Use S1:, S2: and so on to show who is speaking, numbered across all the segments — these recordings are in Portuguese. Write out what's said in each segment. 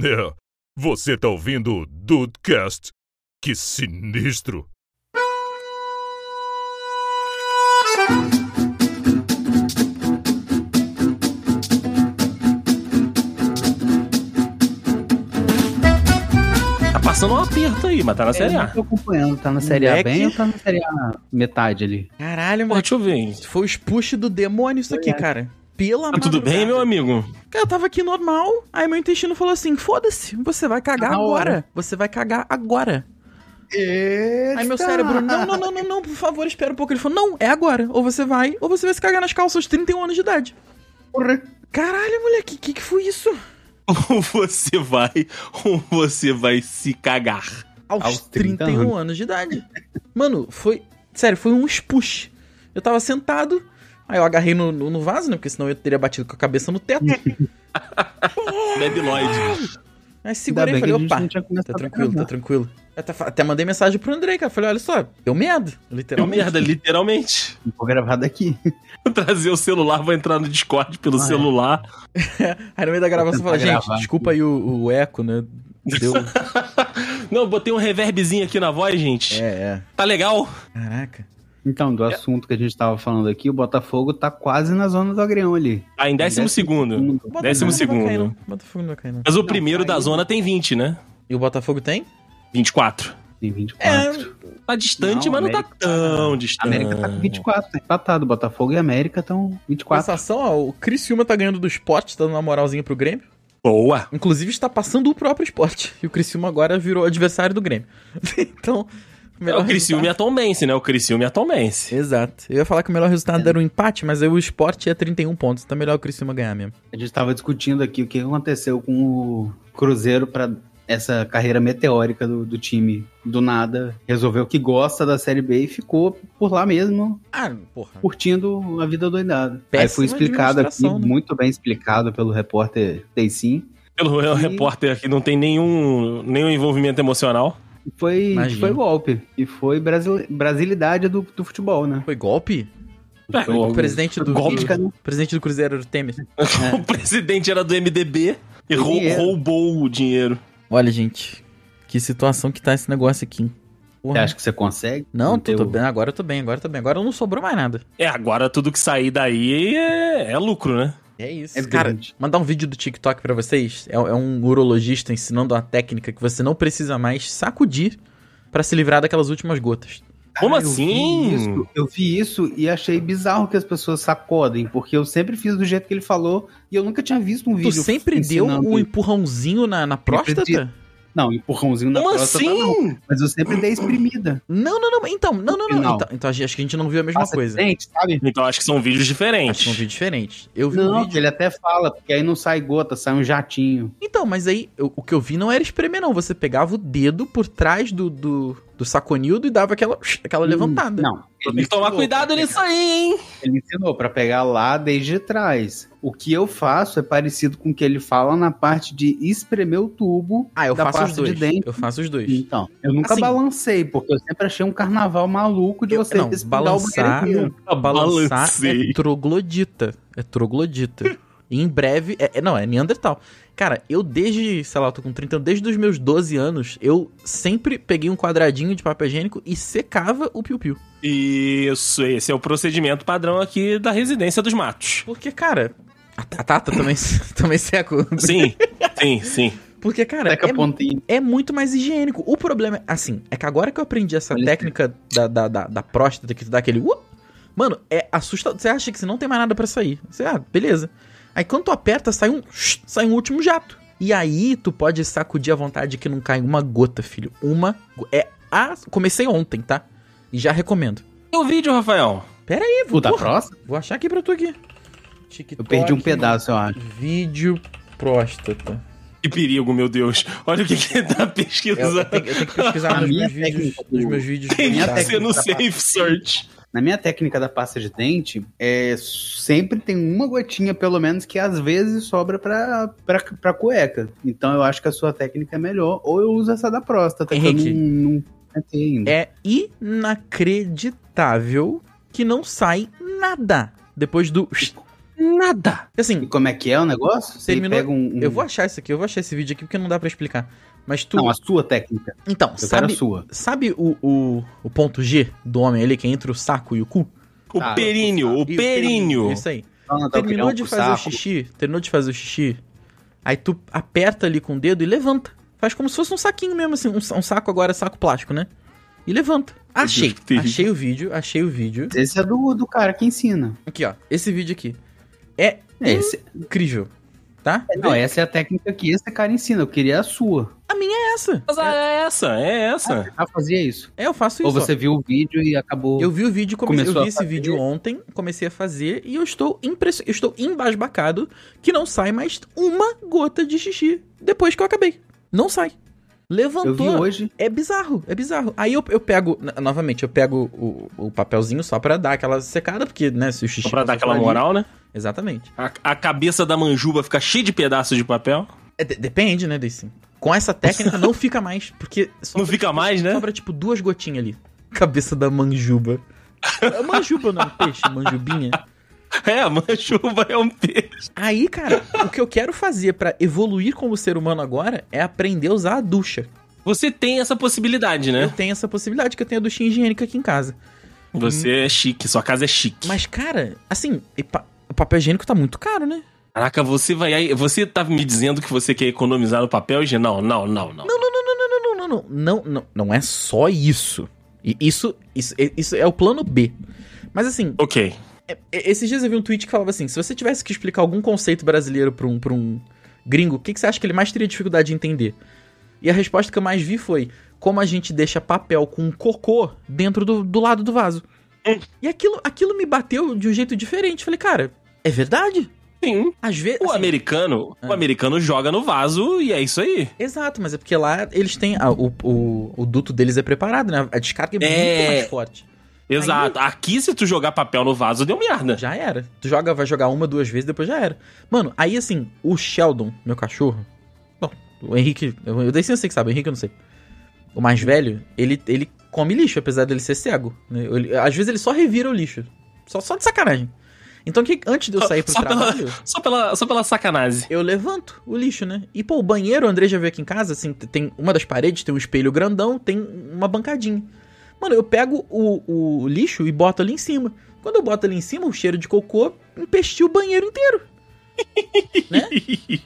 S1: É, você tá ouvindo o Dudecast? Que sinistro!
S2: Tá passando um aperto aí, mas tá na Série
S3: não
S2: A.
S3: tô acompanhando, tá na série A
S4: Moleque.
S3: bem ou tá na série A metade ali?
S4: Caralho,
S2: Pô,
S4: mano.
S2: deixa eu ver.
S4: Foi o push do demônio isso
S3: é.
S4: aqui, cara. Pela
S2: Tá tudo bem, meu amigo?
S4: Cara, eu tava aqui normal, aí meu intestino falou assim: foda-se, você vai cagar
S3: Na
S4: agora.
S3: hora.
S4: Você vai cagar agora. Aí meu cérebro, não, não, não, não, não, por favor, espera um pouco. Ele falou: não, é agora. Ou você vai, ou você vai se cagar nas calças aos 31 anos de idade. Caralho, moleque, que que foi isso?
S2: Ou você vai, ou você vai se cagar.
S4: Aos,
S3: Aos
S4: 31
S3: 31
S4: anos. de idade. Mano, foi. Sério, foi um spush. Eu tava sentado, aí eu agarrei no, no, no vaso, né? Porque senão eu teria batido com a cabeça no teto.
S2: Debiloid.
S4: Aí segurei e
S3: Ainda bem que a
S4: falei,
S3: gente
S4: opa,
S3: não tinha
S4: tá
S3: começado a
S4: tranquilo, tá
S3: gravar.
S4: tranquilo. Eu até, fa- até mandei mensagem pro Andrei, cara. Falei, olha só, deu merda,
S2: Deu
S4: literalmente.
S2: É merda, literalmente.
S3: Não né? Vou gravar daqui.
S2: Trazer o celular, vou entrar no Discord pelo
S3: Ah, é.
S2: celular.
S4: Aí no meio da gravação eu
S3: Vou
S4: falei,
S3: tentar
S4: gente,
S3: gravar
S4: desculpa aí o, o eco, né? Deu.
S2: Não, botei um reverbzinho aqui na voz, gente.
S4: é, é.
S2: Tá legal?
S4: Caraca.
S3: Então,
S4: É.
S3: do assunto que a gente tava falando aqui, o Botafogo tá quase na zona do Agrião ali.
S2: Tá em décimo
S3: Décimo
S4: É.
S2: segundo.
S3: Hum,
S4: O
S2: Décimo
S4: Botafogo não vai cair,
S2: segundo.
S4: não. O Botafogo não vai cair, não.
S2: Mas o
S3: Não,
S2: primeiro
S3: tá
S2: da
S3: aí.
S2: zona tem 20, né?
S4: E o Botafogo tem?
S2: 24.
S3: Tem 24.
S4: É.
S2: Tá distante,
S3: Não,
S2: mas não tá
S3: América-
S2: tão
S3: A
S2: distante.
S3: América tá com 24, tá empatado. Botafogo e América estão 24.
S4: Compensação, ó, o Criciúma tá ganhando do esporte, dando uma moralzinha pro Grêmio.
S2: Boa.
S4: Inclusive está passando o próprio esporte. E o Criciúma agora virou adversário do Grêmio. então,
S2: É
S4: melhor
S2: o Criciúma e
S4: resultado-
S2: a Tom Bense, né? O Criciúma e a Tom Bense.
S4: Exato. Eu ia falar que o melhor resultado era um empate, mas aí o esporte é 31 pontos. Então é melhor o Criciúma ganhar mesmo.
S3: A gente tava discutindo aqui o que aconteceu com o Cruzeiro pra essa carreira meteórica do, do time. Do nada, resolveu que gosta da Série B e ficou por lá mesmo,
S4: Ah, porra.
S3: curtindo a vida doidada. Aí
S4: Péssima
S3: foi explicado aqui,
S4: administração, né?
S3: muito bem explicado pelo repórter Teicin,
S2: Pelo
S3: E-
S2: repórter aqui, não tem nenhum, nenhum envolvimento emocional.
S3: E Foi,
S4: Imagino.
S3: foi golpe. E foi brasil, brasilidade do, do futebol, né?
S4: Foi golpe?
S2: É,
S3: Foi
S2: o
S4: O presidente do,
S2: golpe,
S4: do-
S3: Política, né?
S4: o presidente do Cruzeiro era o Temer.
S2: O presidente era do MDB e
S3: Tem
S2: rou-
S3: dinheiro.
S2: roubou o dinheiro.
S4: Olha, gente, que situação que tá esse negócio aqui.
S3: Você
S4: Porra.
S3: acha que você consegue?
S4: Não, tô,
S3: manter
S4: tô
S3: o-
S4: bem, agora eu tô bem, agora eu tô bem. Agora não sobrou mais nada.
S2: É, agora tudo que sair daí é, é lucro, né?
S4: É isso.
S3: É
S4: cara,
S3: verdade.
S4: mandar um vídeo do TikTok pra vocês. É, é um urologista ensinando uma técnica que você não precisa mais sacudir pra se livrar daquelas últimas gotas.
S2: Como
S3: Cara, Ah, eu vi
S2: assim?
S3: isso- eu vi isso e achei bizarro que as pessoas sacodem, porque eu sempre fiz do jeito que ele falou e eu nunca tinha visto um
S4: Tu
S3: vídeo.
S4: sempre deu
S3: ensinando
S4: um
S3: isso.
S4: empurrãozinho na, na próstata?
S3: acredito. Não, empurrãozinho na tá
S2: Como
S3: próstata, não.
S2: assim?
S3: Mas eu sempre dei exprimida.
S4: Não, não, não. Então, não, não, não.
S3: Não.
S4: Então, então acho que a gente não viu a mesma
S3: Passa
S4: coisa.
S3: dente, sabe?
S2: Então acho que são vídeos
S4: Acho que é um
S2: diferentes.
S4: vídeo diferente. Eu vi um
S3: Não,
S4: vídeo.
S3: ele até fala, porque aí não sai gota, sai um jatinho.
S4: Então, mas aí eu- o que eu vi não era espremer, não. Você pegava o dedo por trás do, do, do saconildo e dava aquela, aquela levantada.
S3: Não. ele
S2: Tem que tomar
S3: ensinou.
S2: cuidado nisso aí, hein?
S3: Ele me ensinou pra pegar lá desde trás. O que eu faço é parecido com o que ele fala na parte de espremer o tubo
S4: Ah, eu
S3: da
S4: faço os
S3: parte de
S4: dois.
S3: dentro.
S4: Eu faço os dois.
S3: Então, eu nunca
S4: Assim-
S3: balancei, porque eu sempre achei um carnaval maluco de
S4: Eu-
S3: você
S4: É, não,
S3: espudar
S4: balançar-
S3: banheiro inteiro.
S4: Balançar
S2: Balancei.
S4: é troglodita. É troglodita. E em breve. É, é- não, é Neandertal. Cara, eu desde, sei lá, eu tô com 30 anos, desde os meus 12 anos, eu sempre peguei um quadradinho de papel higiênico e secava o piu-piu.
S2: Isso, esse é o procedimento padrão aqui da residência dos matos.
S4: Porque, cara. A Tata também, também seco.
S2: Sim, sim, sim.
S4: Porque, cara,
S3: Seca
S4: é
S3: a pontinha.
S4: é muito mais higiênico. O problema, é, assim, é que agora que eu aprendi essa
S3: Olha
S4: técnica da, da, da, da próstata, que tu dá aquele. Uh, mano, é assustador. Você acha que você não tem mais nada pra sair. Você, ah, beleza. Aí quando tu aperta, sai um. Sai um último jato. E aí tu pode sacudir à vontade que não cai uma gota, filho. Uma. go- É. A, comecei ontem, tá? E já recomendo.
S2: E o vídeo, Rafael?
S4: Ih, vou,
S3: O da
S4: porra,
S3: próxima?
S4: vou achar aqui pra tu aqui. TikTok,
S3: Eu perdi um pedaço, eu acho.
S4: Vídeo próstata.
S2: Que perigo, meu Deus. Olha o que, que ele tá
S4: Eu, eu
S2: pesquisando.
S4: tenho, eu tenho que pesquisar
S3: A
S4: nos
S3: minha
S4: meus, vídeos,
S3: técnica do-
S4: nos meus vídeos.
S2: Tem
S3: minha
S2: que
S4: guardados.
S2: ser no
S3: técnica
S2: Safe Search.
S3: Na minha técnica da pasta de dente, é, sempre tem uma gotinha, pelo menos, que às vezes sobra pra, pra, pra cueca. Então eu acho que a sua técnica é melhor, ou eu uso essa da próstata, que
S4: Henrique.
S3: eu não, não tentei ainda.
S4: É inacreditável que não sai nada depois do.
S2: Nada.
S4: Assim,
S3: E como é que é o negócio? Você
S4: Terminou-
S3: pega um. um-
S4: eu vou achar isso aqui, eu vou achar esse vídeo aqui porque não dá pra explicar. Mas tu.
S3: Não, a sua técnica.
S4: então,
S3: Eu quero
S4: sabe,
S3: a sua.
S4: sabe o, o, o ponto G do homem ali, que é entre o saco e o cu?
S2: O
S3: Tá,
S2: períneo, o
S4: E
S2: períneo.
S4: Isso aí.
S3: Então, Natal,
S4: terminou
S3: que é
S4: de
S3: um
S4: fazer o
S3: saco.
S4: xixi, terminou de fazer o xixi, aí tu aperta ali com o dedo e levanta. Faz como se fosse um saquinho mesmo, assim, um, sa- um saco agora, saco plástico, né? E levanta. Achei.
S2: Deus, terrível.
S4: Achei o vídeo, achei o vídeo.
S3: Esse é do, do cara que ensina.
S4: Aqui, ó. Esse vídeo aqui. É
S3: Esse,
S4: incrível. Tá?
S3: não, essa é a técnica que esse cara ensina. Eu queria a sua.
S4: A minha é essa.
S2: Mas é essa, é essa.
S3: Ah, fazia isso.
S4: É, eu faço isso.
S3: Ou você viu o vídeo e acabou.
S4: ó. Eu vi o vídeo, come... eu
S3: Começou
S4: vi
S3: a
S4: esse
S3: fazer.
S4: vídeo ontem, comecei a fazer e eu estou impress... eu estou embasbacado que não sai mais uma gota de xixi depois que eu acabei. Não sai. Levantou.
S3: Eu vi hoje.
S4: É bizarro, é bizarro. Aí eu, eu pego, n- novamente, eu pego o, o papelzinho só pra dar aquela secada, porque, né, se o xixi.
S2: Só pra dar
S4: passou por
S2: aquela
S4: ali-
S2: moral, né?
S4: Exatamente.
S2: A, a cabeça da manjuba fica cheia de pedaços de papel.
S4: É, de- depende, né, desse. Com essa técnica não fica mais, porque. Só
S2: Não fica mais, né?
S4: Sobra tipo duas gotinhas ali. Cabeça da manjuba. É manjuba, não, peixe, manjubinha.
S2: É, a manjuba é um peixe.
S4: Aí, cara, o que eu quero fazer pra evoluir como ser humano agora é aprender a usar a ducha.
S2: Você tem essa possibilidade, né?
S4: Eu tenho essa possibilidade, que eu tenho a duchinha higiênica aqui em casa.
S2: Você é chique, sua casa é chique.
S4: Mas, cara, assim, e pa- o papel higiênico tá muito caro, né?
S2: Caraca, você vai aí. Você tá me dizendo que você quer economizar no papel, Gê? Não, não, não, não.
S4: Não, não, não, não, não, não, não, não, não, não, não, não é só isso. E isso, isso, e- isso é o plano B. Mas assim,
S2: Ok.
S4: é- é- esses dias eu vi um tweet que falava assim: se você tivesse que explicar algum conceito brasileiro pra um, pra um gringo, o que, que você acha que ele mais teria dificuldade de entender? E a resposta que eu mais vi foi: como a gente deixa papel com um cocô dentro do, do lado do vaso. E aquilo, aquilo me bateu de um jeito diferente. Falei, cara, é verdade?
S2: Sim.
S4: Às assim, vezes.
S2: O americano,
S4: Ah.
S2: o americano joga no vaso e é isso aí.
S4: Exato, mas é porque lá eles têm. ah, o, o, o duto deles é preparado, né? A descarga é,
S2: É.
S4: muito mais forte.
S2: Exato. Aqui, se tu jogar papel no vaso, deu merda.
S4: Já era. Tu joga, vai jogar uma, duas vezes, depois já era. Mano, aí assim, o Sheldon, meu cachorro. Bom, o Henrique. Eu, eu dei sem você que sabe, o Henrique eu não sei. O mais velho, ele, ele come lixo, apesar dele ser cego. né? Ele- às vezes ele só revira o lixo. Só, só de sacanagem. Então que antes de eu sair pro
S2: Só pela-
S4: trabalho.
S2: Só pela, só pela sacanagem.
S4: eu levanto o lixo, né? E, pô, o banheiro, o André já veio aqui em casa, assim, t- tem uma das paredes, tem um espelho grandão, tem uma bancadinha. Mano, eu pego o, o lixo e boto ali em cima. Quando eu boto ali em cima, o cheiro de cocô empestiu o banheiro inteiro. né?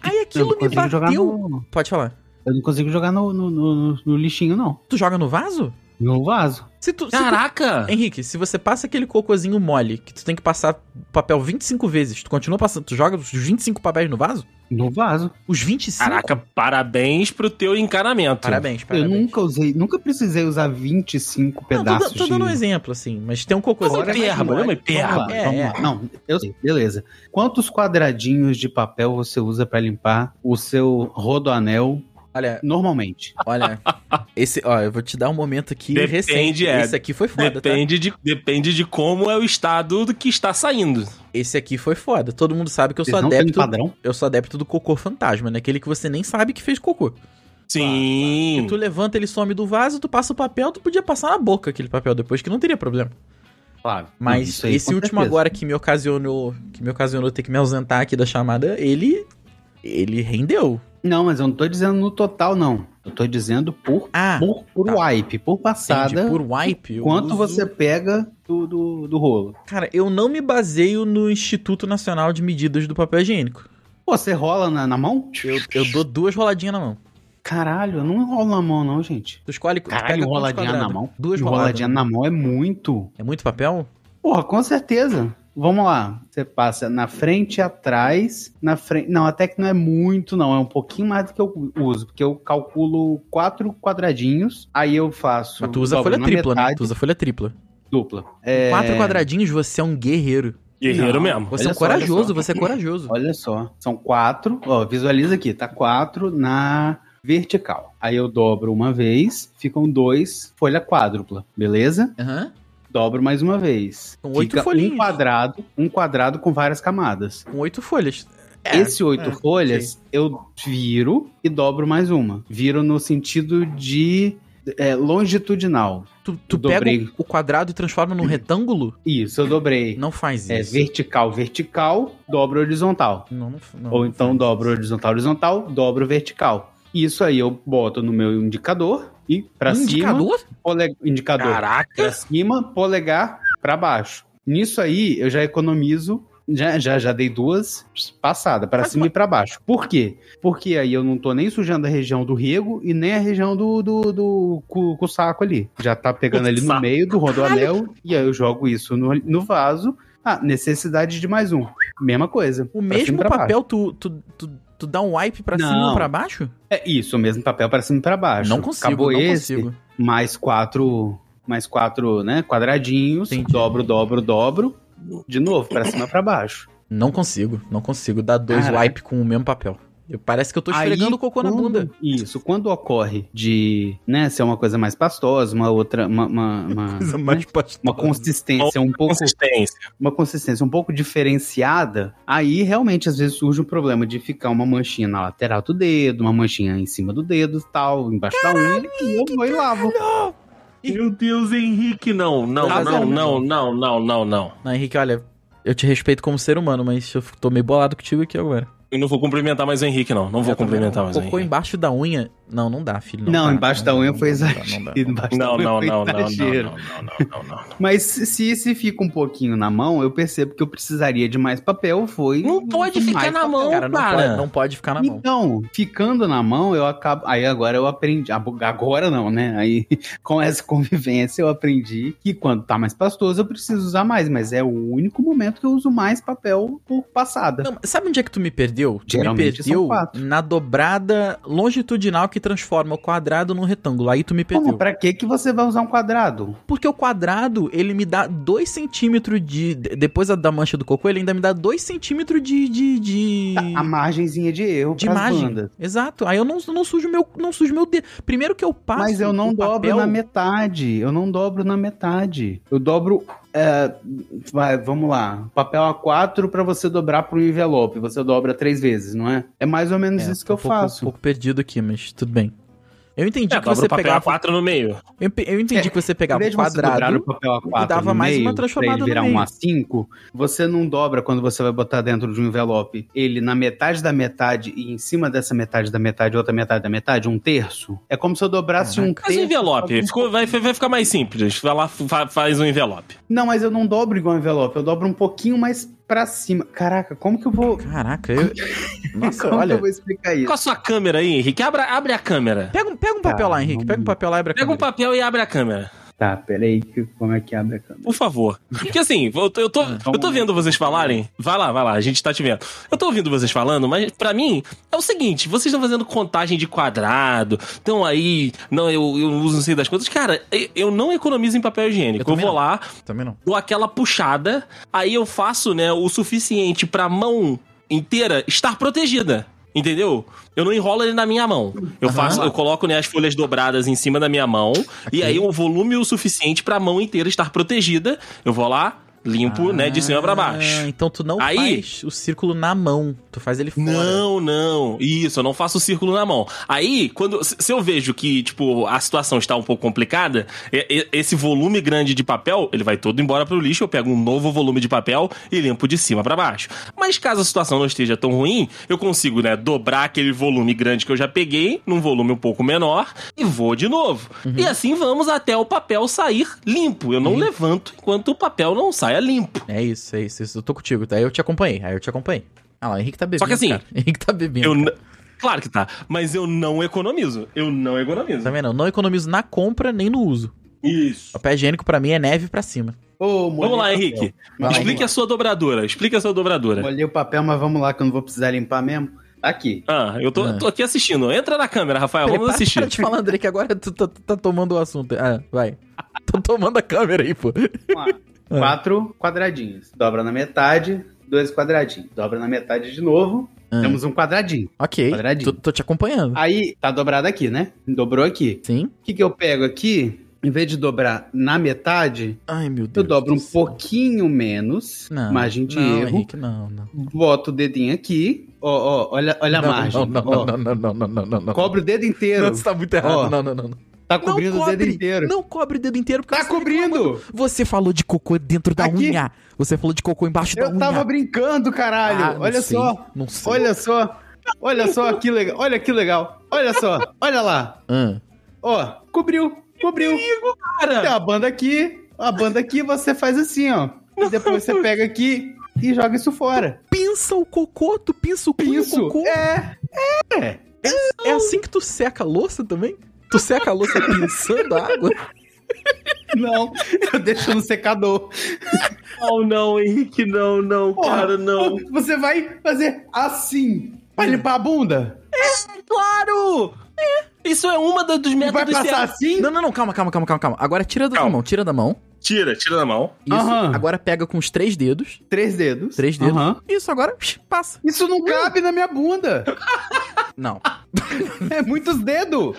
S4: Aí
S3: Eu
S4: aquilo
S3: não
S4: me
S3: consigo jogar
S4: bateu.
S3: no.
S4: Pode falar.
S3: Eu não consigo jogar no, no, no- no lixinho, não.
S4: Tu joga no vaso?
S3: No vaso.
S4: Se tu, se tu-
S2: Caraca!
S4: Henrique, se você passa aquele cocôzinho mole, que tu tem que passar papel 25 vezes, tu continua passando, tu joga os 25 papéis no vaso?
S3: No vaso.
S4: Os 25?
S2: Caraca, parabéns pro teu encanamento.
S4: Parabéns,
S3: Eu
S4: parabéns.
S3: nunca usei, nunca precisei usar 25
S4: Não, tô,
S3: pedaços
S4: da- tô dando um
S3: de...
S4: exemplo, assim, mas tem um cocô
S2: Mas é perba, é uma
S3: Vamos
S2: perba.
S3: lá,
S4: É,
S3: vamos
S4: é.
S3: lá. Não, eu sei, beleza. Quantos quadradinhos de papel você usa pra limpar o seu rodoanel
S4: Olha,
S3: normalmente?
S4: olha, esse, ó, eu vou te dar um momento aqui
S2: Depende,
S4: recente.
S2: é.
S4: Esse aqui foi foda, tá?
S2: Depende, de, depende de como é o estado do que está saindo.
S4: tá? Esse aqui foi foda. Todo mundo sabe que eu
S3: Vocês
S4: sou
S3: não têm
S4: adepto,
S3: padrão?
S4: eu sou adepto do cocô fantasma, né? Aquele que você nem sabe que fez cocô.
S2: Sim.
S4: Tu levanta, ele some do vaso, tu passa o papel, tu podia passar na boca aquele papel depois que não teria problema.
S3: Claro.
S4: Mas esse último agora que me ocasionou, que me ocasionou ter que me ausentar aqui da chamada, ele ele rendeu.
S3: Não, mas eu não tô dizendo no total, não. Eu tô dizendo por,
S4: Ah,
S3: por, por
S4: tá.
S3: wipe, por passada.
S4: entendi, por wipe, eu
S3: Quanto
S4: uso-
S3: você pega do, do, do rolo?
S4: Cara, eu não me baseio no Instituto Nacional de Medidas do Papel Higiênico.
S3: Pô, você rola na, na mão?
S4: Eu, eu dou duas roladinhas na mão.
S3: Caralho, eu não rolo na mão, não, gente.
S4: Tu escolhe. tu
S3: Caralho,
S4: quantos
S3: roladinha na
S4: quadrados?
S3: mão.
S4: Duas
S3: roladinha
S4: roladinhas.
S3: na mão é muito.
S4: É muito papel?
S3: Porra, com certeza. Vamos lá. Você passa na frente e atrás. Na frente. Não, até que não é muito, não. É um pouquinho mais do que eu uso. Porque eu calculo quatro quadradinhos. Aí eu faço.
S4: Mas tu usa a
S3: dobro
S4: folha
S3: na
S4: tripla, né?
S3: tá metade,
S4: Tu usa a folha tripla.
S3: Dupla. É,
S4: Com Quatro quadradinhos, você é um guerreiro.
S2: Guerreiro
S3: Não.
S2: mesmo.
S4: Você
S3: Olha
S4: é um
S3: só, olha
S4: corajoso,
S3: só.
S4: você é corajoso.
S3: Olha só. São quatro. Ó, visualiza aqui. Tá quatro na vertical. Aí eu dobro uma vez. Ficam dois folha quádrupla. Beleza?
S4: Aham.
S3: Dobro mais uma vez.
S4: São oito
S3: Fica
S4: folhinhas.
S3: um quadrado. Um quadrado com várias camadas.
S4: Com oito folhas.
S3: Esse oito
S4: é,
S3: folhas eu viro e dobro mais uma. Viro no sentido de é, longitudinal.
S4: Tu tu, tu
S3: Eu
S4: pega
S3: dobrei.
S4: o, o quadrado e transforma num retângulo?
S3: Isso, eu dobrei.
S4: Não faz
S3: É
S4: isso.
S3: vertical, vertical, dobro horizontal.
S4: Não, não, não,
S3: Ou
S4: não
S3: então
S4: faz
S3: dobro
S4: isso.
S3: horizontal, horizontal, dobro vertical. Isso aí eu boto no meu indicador e pra cima,
S4: Um Indicador?
S3: pole- indicador pra
S4: Caraca!
S3: cima, polegar pra baixo. Nisso aí eu já economizo, já já, já dei duas passadas pra
S4: Mas,
S3: cima
S4: mas-
S3: e pra baixo. Por quê? Porque aí eu não tô nem sujando a região do rego e nem a região do do, do cu, cu saco ali. Já tá pegando
S2: Cu
S3: ali no
S2: saco.
S3: meio do rodoanel e aí eu jogo isso no, no vaso. Ah, necessidade de mais um. Mesma coisa.
S4: O
S3: pra
S4: mesmo
S3: cima e pra baixo.
S4: papel, tu, tu, tu, tu dá um wipe pra cima
S3: Não.
S4: ou pra baixo?
S3: É isso, o mesmo papel pra cima e pra baixo.
S4: Não consigo,
S3: Acabou
S4: não
S3: esse,
S4: consigo.
S3: mais quatro, mais quatro, né, quadradinhos,
S4: Entendi.
S3: dobro, dobro, dobro, de novo pra cima e pra baixo.
S4: Não consigo, não consigo dar dois
S3: Caraca.
S4: wipe com o mesmo papel. Eu- parece que eu tô
S3: Aí,
S4: esfregando o cocô na
S3: quando-
S4: bunda.
S3: Isso, quando ocorre de, né, ser uma coisa mais pastosa, uma outra, uma, uma, uma,
S4: Coisa
S3: né,
S4: mais pastosa.
S3: uma consistência um pouco
S2: Consistência.
S3: uma consistência um pouco diferenciada, aí realmente às vezes surge o problema de ficar uma manchinha na lateral do dedo, uma manchinha em cima do dedo, tal, embaixo da unha, e eu vou e lavo.
S2: Meu Deus, Henrique, não, não,
S4: Tá
S2: não,
S4: zero,
S2: não, não, não, não, não.
S4: Não, Henrique, olha, eu te respeito como ser humano, mas eu tô meio bolado contigo aqui agora.
S2: Eu não vou cumprimentar mais o Henrique, não. Não vou
S4: Eu também
S2: cumprimentar
S4: não.
S2: mais o
S4: Cocô
S2: Henrique.
S4: embaixo da unha. Não, não dá, filho.
S3: Não,
S2: tá,
S4: dá,
S2: né?
S3: embaixo da
S4: não
S3: unha
S4: dá,
S3: foi
S4: não dá, não dá,
S3: exagero.
S4: não dá.
S3: Embaixo da
S2: Não,
S3: unha
S2: não,
S3: foi
S2: não, não, não,
S3: exagero.
S2: não, não, não, não, não, não.
S3: Mas se- se esse fica um pouquinho na mão, eu percebo que eu precisaria de mais papel, foi.
S2: Não pode
S3: mais
S2: ficar na
S3: papel.
S2: mão,
S4: Cara, não,
S2: Para.
S4: Pode, não pode ficar na mão.
S3: Então, ficando na mão, eu acabo. Aí agora eu aprendi. ab- Agora não, né? Aí com essa convivência eu aprendi que quando tá mais pastoso eu preciso usar mais, mas é o único momento que eu uso mais papel por passada.
S4: Não, sabe onde é que tu me perdeu? Tu me
S3: Geralmente são
S4: perdeu
S3: quatro.
S4: na dobrada longitudinal que transforma o quadrado num retângulo. Aí tu me perdeu.
S3: Como? Pra que que você vai usar um quadrado?
S4: Porque o quadrado, ele me dá 2 centímetros de. de- Depois da- da mancha do cocô, ele ainda me dá 2 centímetros de. de, de...
S3: Tá, A margenzinha de erro
S4: de
S3: pras
S4: margem.
S3: bandas.
S4: Exato. Aí eu não, não sujo meu, não sujo meu dedo. Primeiro que eu passo.
S3: Mas eu não
S4: o
S3: dobro
S4: papel-
S3: na metade. Eu não dobro na metade. Eu dobro. é, vai, vamos lá. Papel A4 pra você dobrar pro envelope. Você dobra três vezes, não é? É mais ou menos
S4: É,
S3: isso que
S4: tô
S3: eu
S4: um pouco-
S3: faço.
S4: pouco perdido aqui, mas tudo bem. Eu entendi
S2: É,
S4: que você
S2: dobra o papel
S4: pegava.
S2: A4 no meio.
S4: Eu, pe- eu entendi
S3: É,
S4: que você
S3: Em
S4: pegava
S3: vez
S4: o
S3: de você dobrar o
S4: um quadrado.
S3: papel A4
S4: e dava
S3: no
S4: mais uma
S3: meio,
S4: transformada
S3: pra
S4: no
S3: ele virar
S4: meio.
S3: um A5, você não dobra quando você vai botar dentro de um envelope ele na metade da metade e em cima dessa metade da metade, outra metade da metade, um terço? É como se eu dobrasse um
S2: Faz um
S3: terço.
S2: envelope. Ficou- vai, vai ficar mais simples. Vai lá, fa- faz um envelope.
S3: Não, mas eu não dobro igual envelope, eu dobro um pouquinho mais pra cima. Caraca, como que eu vou.
S4: Caraca, eu. Nossa,
S3: como que eu
S4: olha.
S3: vou explicar
S2: Com
S3: isso?
S2: a sua câmera aí, Henrique. Abra, abre a câmera.
S4: Pega, um- pega um papel
S3: Tá,
S4: lá, Henrique.
S3: vamos
S4: Pega um
S3: ver.
S4: papel lá e abre a
S2: Pega um
S4: câmera.
S2: papel e abre a câmera.
S3: Tá, peraí, que- como é que abre a câmera?
S2: Por favor. Porque assim, eu tô, eu
S4: Ah,
S2: tô, eu tô vendo vocês falarem. Vai lá, vai lá, a gente tá te vendo. Eu tô ouvindo vocês falando, mas pra mim é o seguinte: vocês estão fazendo contagem de quadrado, estão aí. Não, eu, eu uso não sei das coisas. Cara, eu, eu não economizo em papel
S4: Eu
S2: higiênico. Eu,
S4: também
S2: vou
S4: não.
S2: lá,
S4: Também não.
S2: dou aquela puxada, aí eu faço, né, o suficiente pra mão inteira estar protegida. Entendeu? Eu não enrolo ele na minha mão. Eu
S4: Aham.
S2: faço, eu coloco né, as folhas dobradas em cima da minha mão e aí o volume o suficiente pra mão inteira estar protegida. Eu vou lá, limpo, né, de cima pra
S4: Ah,
S2: baixo.
S4: Então tu não
S2: Aí-
S4: faz o círculo na mão. Tu faz ele fora.
S2: Não, não. Isso, eu não faço círculo na mão. Aí, quando se se eu vejo que, tipo, a situação está um pouco complicada, e- e- esse volume grande de papel, ele vai todo embora pro lixo, eu pego um novo volume de papel e limpo de cima para baixo. Mas caso a situação não esteja tão ruim, eu consigo, né, dobrar aquele volume grande que eu já peguei num volume um pouco menor e vou de novo. E assim vamos até o papel sair limpo. Eu não levanto enquanto o papel não saia limpo.
S4: É isso, é isso, é isso. Eu tô contigo. Aí eu te acompanhei. Aí eu te acompanhei. Ah lá, o Henrique tá bebendo.
S2: Só que assim,
S4: cara. Henrique tá bebendo.
S2: Eu
S4: cara.
S2: n- Claro que tá, mas eu não economizo. Eu não economizo.
S4: Tá vendo? Eu não economizo na compra nem no uso.
S2: Isso.
S4: Papel higiênico pra mim é neve pra cima.
S3: Ô, molhei
S2: Vamos lá,
S3: o papel.
S2: Henrique.
S3: Vai lá,
S2: Explique a
S3: vamos
S2: sua dobradora. Explique a sua
S3: lá.
S2: dobradora.
S3: Molhei o papel, mas vamos lá que eu não vou precisar limpar mesmo. Tá Aqui.
S2: Ah, eu tô,
S3: É.
S4: Ah.
S2: tô aqui assistindo. Entra na câmera, Rafael.
S4: Peraí,
S2: Ah, Vamos
S4: para-
S2: assistir.
S4: Para de falar, André, que agora tu tá, tá tomando o assunto. Ah, vai. Tô tomando a câmera aí, pô.
S3: Vamos lá.
S4: É.
S3: Quatro quadradinhos. Dobra na metade, dois quadradinhos. Dobra na metade de novo,
S4: Ah,
S3: temos um quadradinho.
S4: ok,
S3: quadradinho.
S4: tô, tô te acompanhando.
S2: Ah.
S3: Aí, tá dobrado aqui, né? Dobrou aqui.
S4: Sim?
S3: O que, que eu pego aqui? Em vez de dobrar na metade,
S4: Ai, meu
S3: eu
S4: Deus.
S3: dobro
S4: do
S3: um
S4: céu.
S3: pouquinho menos.
S4: Não,
S3: margem de
S4: não,
S3: erro.
S4: Henrique, não, não.
S3: Boto o dedinho aqui. Ó, ó, olha, olha a
S4: não,
S3: margem.
S4: Não, não,
S3: ó.
S4: não, não, não, não, não, não, não.
S3: Cobre o dedo inteiro.
S4: Não, Você tá muito errado.
S3: Ó.
S4: Não, não, não, não.
S3: Tá
S4: Não
S3: cobrindo o dedo
S4: cobre,
S3: inteiro.
S4: Não cobre o dedo inteiro. Porque
S3: Tá
S4: você
S3: cobrindo!
S4: reclamou- Você falou de cocô dentro da
S3: Aqui.
S4: unha. Você falou de cocô embaixo da
S3: Eu
S4: unha.
S3: tava brincando, caralho.
S4: Ah, não
S3: olha
S4: sei,
S3: só.
S4: Não sei.
S3: Olha só. Olha só que legal. Olha que legal. Olha só. Olha lá.
S4: Ah.
S3: Ó, cobriu. Cobriu. Tem
S2: Cara,
S3: uma banda aqui. A banda aqui, você faz assim, ó. E depois você pega aqui e joga isso fora.
S4: Pinça o cocô, tu pinça o cu no
S3: Isso.
S4: cocô.
S3: É. É.
S4: É assim que tu seca a louça também? Tu seca a louça pinçando a água?
S3: Não. Eu deixo no secador.
S2: não, não, Henrique, não, não,
S3: Porra.
S2: cara, não.
S3: Você vai fazer assim. Vai limpar a bunda?
S2: Claro! Isso é uma da- dos
S3: E vai
S2: métodos
S3: passar
S2: certos.
S3: assim?
S4: Não, não, não, calma, calma, calma, calma, calma. Agora tira da
S2: Calma.
S4: mão, tira da mão.
S2: assim. Tira, tira na mão.
S4: Isso.
S3: Aham.
S4: Agora pega com os três dedos.
S3: Três dedos.
S4: Três dedos. Hum.
S3: Aham.
S4: Isso, agora psh, passa.
S3: Isso não cabe na minha bunda.
S4: Não.
S3: É muitos dedos.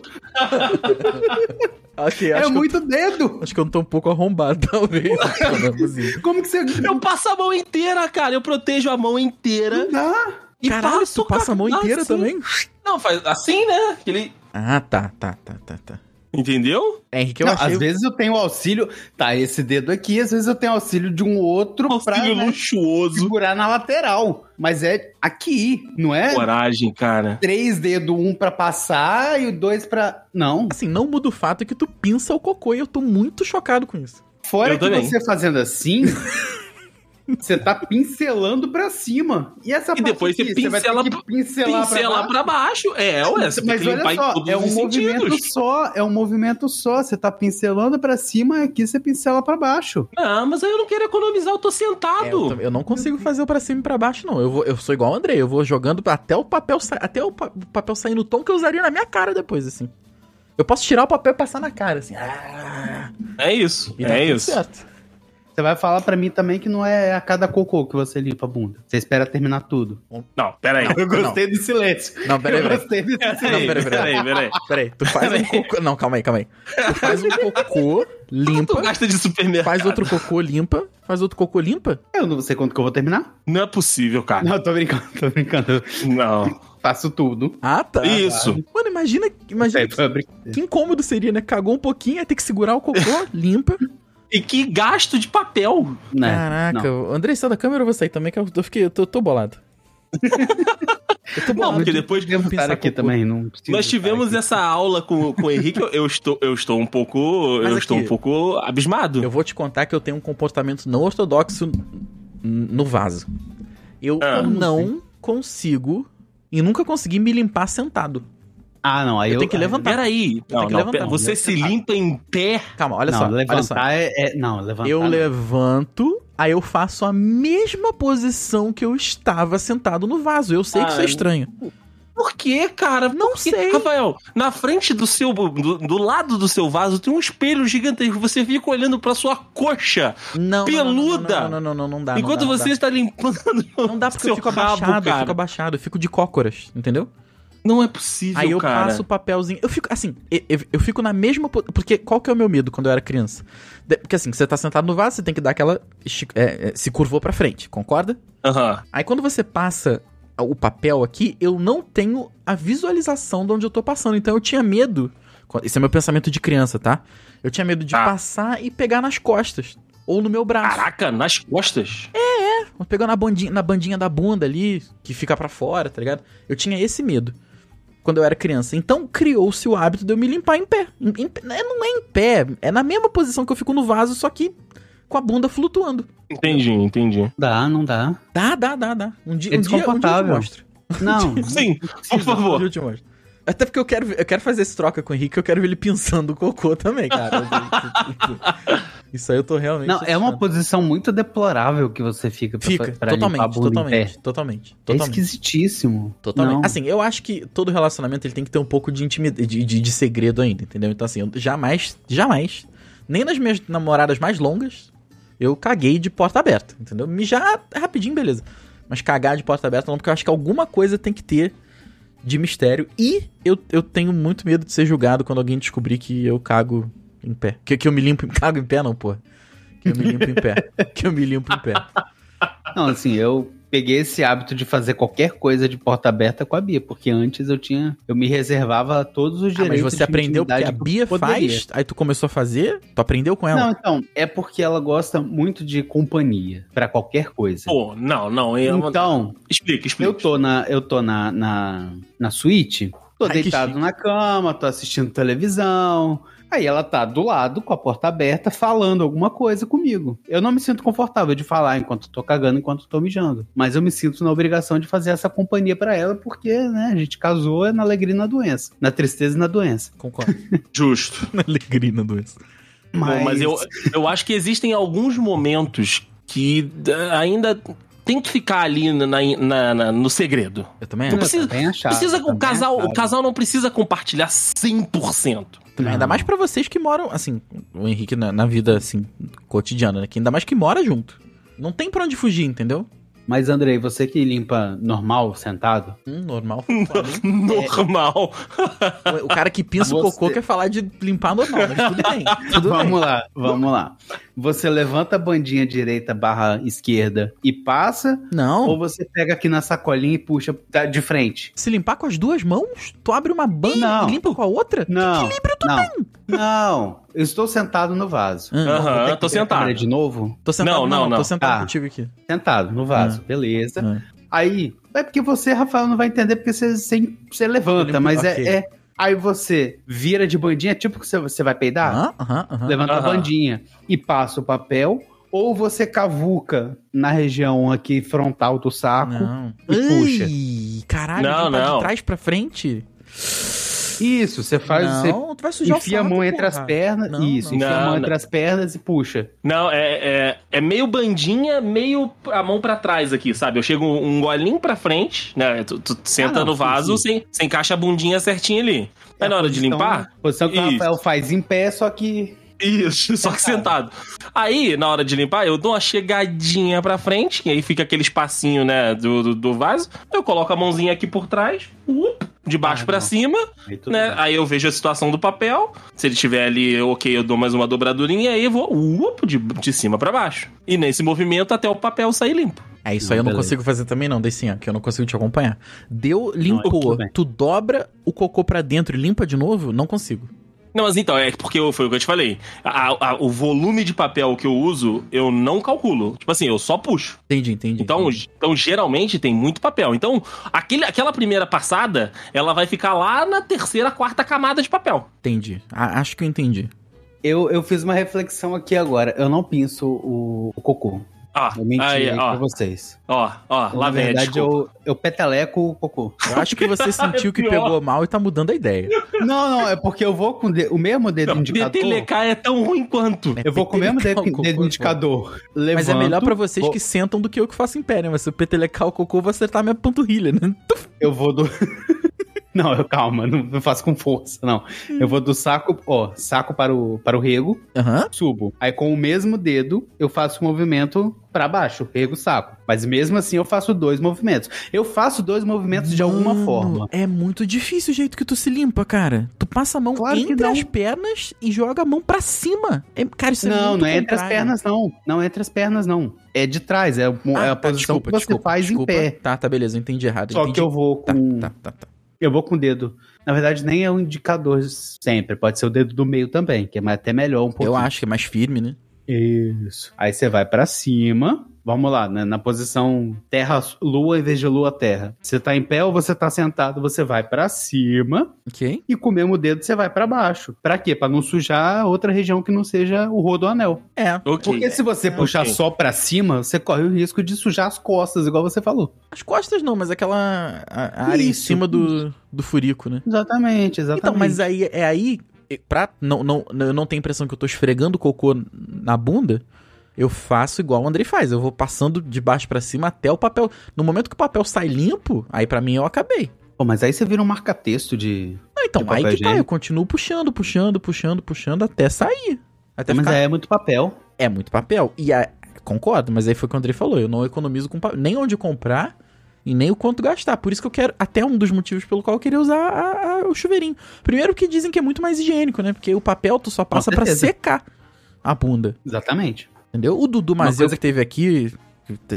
S4: Ok,
S3: É
S4: acho, que
S3: muito dedo.
S4: eu, acho que eu não tô um pouco arrombado, talvez. Vamos ir.
S3: Como que você.
S2: Eu passo a mão inteira, cara. Eu protejo a mão inteira.
S3: Dá?
S2: E
S4: Caralho,
S2: passo,
S4: tu passa a mão
S2: cara,
S4: inteira
S2: assim.
S4: também?
S2: Não, faz assim, né? Aquele...
S4: Ah, tá, tá, tá, tá, tá.
S2: Entendeu?
S4: É, Henrique, eu
S3: Não,
S4: achei...
S3: Às vezes eu tenho auxílio. Tá, esse dedo aqui, às vezes eu tenho auxílio de um outro
S2: Auxílio
S3: pra né,
S2: luxuoso.
S3: segurar na lateral. Mas é aqui, não é?
S2: Coragem, cara.
S3: Três dedos, um pra passar e dois pra. Não.
S4: Assim, não muda o fato que tu pinça o cocô e eu tô muito chocado com isso.
S3: Fora
S2: Eu
S3: que
S2: também.
S3: você fazendo assim. Você tá pincelando pra cima. E essa
S2: E depois
S3: parte
S2: você
S3: aqui,
S2: pincela
S3: vai ter que pincelar,
S2: Pincelar pra baixo. É, ué, você tem
S3: Mas
S2: que limpar
S3: olha
S2: em
S3: só,
S2: todos
S3: é um
S2: os
S3: movimento
S2: sentidos.
S3: só, é um movimento só. Você tá pincelando pra cima e aqui você pincela pra baixo.
S2: Ah, mas aí eu não quero economizar, eu tô sentado.
S4: É, eu, tam- eu não consigo fazer o pra cima e pra baixo, não. Eu, vou- eu sou igual o Andrei, eu vou jogando pra- até o papel sa- até o, pa- o papel sair no tom que eu usaria na minha cara depois, assim. Eu posso tirar o papel e passar na cara, assim. Ah,
S2: É isso,
S4: e tá
S2: é
S4: tudo
S2: isso.
S4: certo.
S3: Você vai falar pra mim também que não é a cada cocô que você limpa a bunda. Você espera terminar tudo.
S2: Não, peraí.
S4: Não,
S3: do silêncio.
S4: Não, peraí,
S3: Eu
S4: peraí.
S3: gostei do silêncio.
S4: Não, peraí,
S2: Peraí, peraí,
S4: peraí.
S2: peraí.
S4: Peraí, tu faz um cocô. Não, calma aí, calma aí. Tu faz um cocô,
S2: Tu
S4: limpa.
S2: gasta de supermercado.
S4: Faz outro cocô, limpa. Faz outro cocô, limpa.
S3: Eu não sei quanto que eu vou terminar.
S2: Não é possível, cara.
S3: Não, eu tô brincando, tô brincando. Eu
S2: Não.
S3: faço tudo.
S4: Ah, tá.
S2: Isso. então-
S4: Mano, imagina, imagina
S3: É, foi uma brincadeira.
S4: que incômodo seria, né? Cagou um pouquinho, ia ter que segurar o cocô, limpa.
S2: E que gasto de papel.
S3: Né,
S4: Caraca,
S3: não.
S4: o Andrei, sai da câmera ou eu vou sair também? Que eu, eu fiquei, eu tô, tô bolado. eu tô
S2: Não,
S4: bolado.
S2: porque depois
S3: Podemos
S4: pensar
S3: estar aqui
S4: cocô.
S3: também, não preciso
S2: Nós
S3: estar
S2: tivemos
S3: aqui.
S2: essa aula com, com o Henrique, eu- eu estou, eu estou um pouco.
S4: Mas
S2: eu
S4: aqui-
S2: estou um pouco abismado.
S4: Eu vou te contar que eu tenho um comportamento não ortodoxo n- no vaso. Eu
S2: Ah.
S4: não consigo e nunca consegui me limpar sentado.
S3: Ah, não, aí
S4: Eu
S3: eu...
S4: tenho que levantar.
S2: Peraí. Não,
S4: tenho que
S2: não,
S4: levantar.
S2: pera- você se limpa em pé.
S4: Calma, olha
S3: não,
S4: só,
S3: levantar
S4: olha só.
S3: É, é- Não, levantar...
S4: Eu
S3: não.
S4: levanto, aí eu faço a mesma posição que eu estava sentado no vaso. Eu sei que isso é
S2: Ah,
S4: estranho.
S2: Por quê, cara? Por
S4: Não
S2: quê?
S4: sei.
S2: Rafael, na frente do seu. Do, do lado do seu vaso tem um espelho gigantesco. Você fica olhando pra sua coxa.
S4: Não, não, não,
S2: Peluda!
S4: Não, não, não, não, não, Tá, não dá. não
S2: enquanto
S4: dá, não
S2: você
S4: dá.
S2: está limpando.
S4: Não dá porque eu
S2: seu
S4: fico
S2: rabo,
S4: abaixado, eu
S2: cara.
S4: fico abaixado, eu fico de cócoras, entendeu?
S2: Não é possível,
S4: Aí eu
S2: cara.
S4: passo o papelzinho. Eu fico assim, eu, eu- eu fico na mesma. po- Porque qual que é o meu medo quando eu era criança? De- porque assim, você tá sentado no vaso, você tem que dar aquela. esti- é, é, se curvou pra frente, concorda?
S2: Aham.
S4: Aí quando você passa o papel aqui, eu não tenho a visualização de onde eu tô passando. Então eu tinha medo. Esse é meu pensamento de criança, tá? Eu tinha medo de
S2: Tá.
S4: passar e pegar nas costas. Ou no meu braço.
S2: Caraca, nas costas.
S4: Vamos pegar na bandinha, na bandinha da bunda ali, que fica pra fora, tá ligado? Eu tinha esse medo quando eu era criança. Então criou-se o hábito de eu me limpar em pé. Em- em pé- é, não é em pé, é na mesma posição que eu fico no vaso, só que com a bunda flutuando.
S2: Entendi, entendi.
S3: Dá, não dá.
S4: Dá, dá, dá, dá. Um dia,
S3: É
S4: um dia, um dia eu te
S3: desconfortável.
S4: mostro.
S3: Não.
S2: Sim, por
S4: Um
S2: favor.
S4: dia eu te mostro. Até porque eu quero, ver- eu quero fazer essa troca com o Henrique, eu quero ver ele pinçando o cocô também, cara. Isso aí eu tô realmente.
S3: Não, é uma
S4: assustado.
S3: posição muito deplorável que você fica pra,
S4: Fica,
S3: pra limpar a
S4: totalmente,
S3: bunda em
S4: totalmente, totalmente,
S3: pé. É
S4: totalmente.
S3: esquisitíssimo.
S4: Totalmente.
S3: Não.
S4: Assim, eu acho que todo relacionamento ele tem que ter um pouco de intimidade, de, de- de segredo ainda, entendeu? Então, assim, eu jamais, jamais, nem nas minhas namoradas mais longas, eu caguei de porta aberta, entendeu? Mijar rapidinho, beleza. Mas cagar de porta aberta não, porque eu acho que alguma coisa tem que ter de mistério. E eu, eu tenho muito medo de ser julgado quando alguém descobrir que eu cago em pé. Que, que eu me limpo, cago em pé Ah, não, porra. Que eu me limpo em pé. Que eu me limpo em pé.
S3: Não, assim, eu peguei esse hábito de fazer qualquer coisa de porta aberta com a Bia, porque antes eu tinha, eu me reservava todos os
S4: Ah, mas
S3: direitos.
S4: você
S3: de
S4: aprendeu porque a
S3: intimidade
S4: Bia
S3: eu poderia.
S4: faz, aí tu começou a fazer, tu aprendeu com ela.
S3: Não, então, é porque ela gosta muito de companhia pra qualquer coisa.
S2: Pô, não, não.
S4: é
S2: Eu...
S3: então,
S2: explica, explica.
S3: eu tô na, eu tô na, na, na suíte, tô
S4: Ai, que
S3: deitado
S4: chique.
S3: na cama, tô assistindo televisão. Aí ela tá do lado, com a porta aberta, falando alguma coisa comigo. Eu não me sinto confortável de falar enquanto tô cagando, enquanto tô mijando. Mas eu me sinto na obrigação de fazer essa companhia pra ela, porque, né, a gente casou é na alegria e na doença. Na tristeza e na doença.
S4: Concordo.
S2: Justo.
S4: Na alegria na doença.
S2: Mas, mas
S3: é,
S2: eu, eu acho que existem alguns momentos que d- ainda tem que ficar ali na- na- na- no segredo.
S4: Eu também
S3: Não
S4: acho.
S2: precisa-
S3: também achava,
S2: Precisa,
S3: também
S2: o,
S4: é
S2: casal,
S3: achava.
S2: o casal não precisa compartilhar 100%.
S3: Não.
S4: Ainda mais pra vocês que moram, assim, o Henrique na, na vida, assim, cotidiana, né? Que ainda mais que mora junto. Não tem pra onde fugir, entendeu?
S3: Mas, Andrei, você que limpa normal, sentado,
S4: Hum, normal.
S3: É.
S2: Normal.
S4: O- o cara que pinça o
S3: Você-
S4: cocô quer falar de limpar normal, mas tudo bem. Tudo bem.
S3: vamos lá, vamos lá. Você levanta a bandinha direita barra esquerda e passa, ou
S4: Não.
S3: você pega aqui na sacolinha e puxa da- de frente?
S4: Se limpar com as duas mãos, tu abre uma banda
S3: Não.
S4: e limpa com a outra?
S3: Não, não, não. Eu estou sentado no vaso.
S4: Ah,
S2: Aham,
S3: Vou ter que
S2: tô
S3: ver a câmera
S2: sentado.
S3: De novo?
S4: Tô sentado,
S2: Não,
S4: não,
S2: não, não.
S4: Tô sentado
S3: Ah.
S4: contigo aqui.
S3: Sentado no vaso, beleza.
S4: Ah.
S3: Aí, é porque você, Rafael, não vai entender porque você, você, você levanta,
S4: Limpo-
S3: mas
S4: ok.
S3: é, é- Aí você vira de bandinha, tipo que você, você vai peidar?
S4: Aham, aham, aham.
S3: levanta a
S2: Aham.
S3: bandinha e passa o papel, ou você cavuca na região aqui frontal do saco.
S4: Não.
S3: e puxa.
S4: Ih, caralho,
S2: Não,
S4: limpar de
S2: não.
S4: trás pra frente?
S3: Isso, você faz, você
S4: não, tu vai
S2: é
S4: sujar
S3: enfia
S4: o
S3: a
S4: saco,
S3: mão entre as
S4: porra.
S3: pernas,
S4: Não,
S3: isso,
S4: não.
S3: enfia a
S2: um Não,
S3: mão
S2: não.
S3: entre as pernas e puxa.
S2: Não, é, é, é meio bandinha, meio a mão pra trás aqui, sabe? Eu chego um golinho pra frente, né? Tu, tu senta
S3: Ah, não,
S2: no
S3: sim,
S2: vaso,
S3: sim.
S2: você, você encaixa a bundinha certinho ali. Aí É na hora de limpar,
S3: Então, posição que o
S2: Isso.
S3: Rafael faz em pé, só que
S2: Isso, só que sentado. Aí, na hora de limpar, eu dou uma chegadinha pra frente, e aí fica aquele espacinho, né, do, do, do vaso. Eu coloco a mãozinha aqui por trás, up, de baixo
S3: Ah,
S2: pra
S3: não.
S2: cima,
S3: aí tudo
S2: né?
S3: bem.
S2: Aí eu vejo a situação do papel. Se ele tiver ali, ok, eu dou mais uma dobradurinha, aí eu vou up, de, de cima pra baixo. E nesse movimento até o papel sair limpo.
S4: É isso
S3: Não,
S4: aí, eu não
S3: beleza.
S4: consigo fazer também, não, Deicinha, que eu não consigo te acompanhar. Deu, limpou,
S3: é tudo bem.
S4: tu dobra o cocô pra dentro e limpa de novo? Não consigo.
S2: Não, mas então, é porque eu- foi o que eu te falei. A- a- o volume de papel que eu uso, eu não calculo. Tipo assim, eu só puxo.
S4: Entendi, entendi.
S2: Então,
S4: entendi.
S2: então geralmente tem muito papel. Então, aquele, aquela primeira passada, ela vai ficar lá na terceira, quarta camada de papel.
S4: entendi. A- acho que eu entendi.
S3: eu, eu fiz uma reflexão aqui agora. Eu não pinço o, o cocô.
S2: Ó,
S3: Eu menti
S2: aí,
S3: aí pra
S2: ó,
S3: vocês.
S2: ó, ó, lá
S3: Na
S2: vem a
S3: verdade,
S2: desculpa.
S3: eu, eu peteleco o cocô.
S4: Eu acho que você sentiu que
S2: Pior.
S4: pegou mal e tá mudando a ideia.
S3: Não, não, é porque eu vou com o de- o mesmo dedo
S2: Não,
S3: indicador.
S2: Detelecar é tão ruim quanto.
S3: Eu vou com o mesmo dedo,
S4: Petelecar o cocô,
S3: dedo
S4: pô.
S3: indicador. Levanto,
S4: Mas é melhor pra vocês
S3: vou-
S4: que sentam do que eu que faço em pé, né? Mas se eu petelecar o cocô, eu vou acertar minha panturrilha, né?
S3: Eu vou do. não, eu, calma, não, não faço com força, não. Eu vou do saco, ó, saco para o, para o rego,
S4: Aham.
S3: subo. Aí com o mesmo dedo, eu faço o movimento pra baixo, rego, saco. Mas mesmo assim, eu faço dois movimentos. Eu faço dois movimentos de alguma
S4: Mano,
S3: forma.
S4: É muito difícil o jeito que tu se limpa, cara. Tu passa a mão
S3: Claro que
S4: entre
S3: não.
S4: as pernas e joga a mão pra cima. É, cara, isso é
S3: não,
S4: muito
S3: não é entre as
S4: contrário.
S3: pernas, não. Não é entre as pernas, não. É de trás, é, o- é
S4: Ah,
S3: a
S4: tá,
S3: posição que você faz em pé.
S4: Tá, tá, beleza, eu entendi errado.
S3: Só
S4: entendi.
S3: que eu vou um
S4: Tá,
S3: com.
S4: tá, tá, tá.
S3: Eu vou com o dedo. Na verdade, nem é um indicador sempre. Pode ser o dedo do meio também, que é até melhor um pouquinho.
S4: Eu acho que é mais firme, né?
S3: Isso. Aí você vai pra cima. Vamos lá, né? na posição terra-lua em vez de lua-terra. Você tá em pé ou você tá sentado, você vai pra cima
S4: Ok.
S3: e com o mesmo dedo você vai pra baixo. Pra quê? Pra não sujar outra região que não seja o rodo anel.
S4: É.
S2: Ok.
S3: Porque se você
S4: É,
S3: puxar
S2: ok.
S3: só pra cima, você corre o risco de sujar as costas, igual você falou.
S4: As costas não, mas aquela a- a área em
S3: Isso,
S4: cima do, do furico, né?
S3: Exatamente, exatamente.
S4: Então, mas aí é aí. e Pra não, não, não- eu não ter a impressão que eu tô esfregando cocô na bunda, eu faço igual o Andrei faz. Eu vou passando de baixo pra cima até o papel. No momento que o papel sai limpo, aí pra mim eu acabei.
S3: Pô, mas aí você vira um marca-texto de...
S4: Não, então,
S3: De
S4: aí
S3: papel
S4: que tá,
S3: higiênico.
S4: eu continuo puxando, puxando, puxando, puxando até sair. Até
S3: mas
S4: ficar
S3: aí é muito papel.
S4: É muito papel. E a- concordo, mas aí foi o que o Andrei falou. Eu não economizo com pa- nem onde comprar e nem o quanto gastar. Por isso que eu quero. Até um dos motivos pelo qual eu queria usar a- a- o chuveirinho. Primeiro que dizem que é muito mais higiênico, né? Porque o papel tu só passa pra
S3: certeza.
S4: secar a bunda.
S3: Exatamente.
S4: Entendeu? O Dudu
S3: Uma
S4: Mazeu
S3: coisa
S4: que teve aqui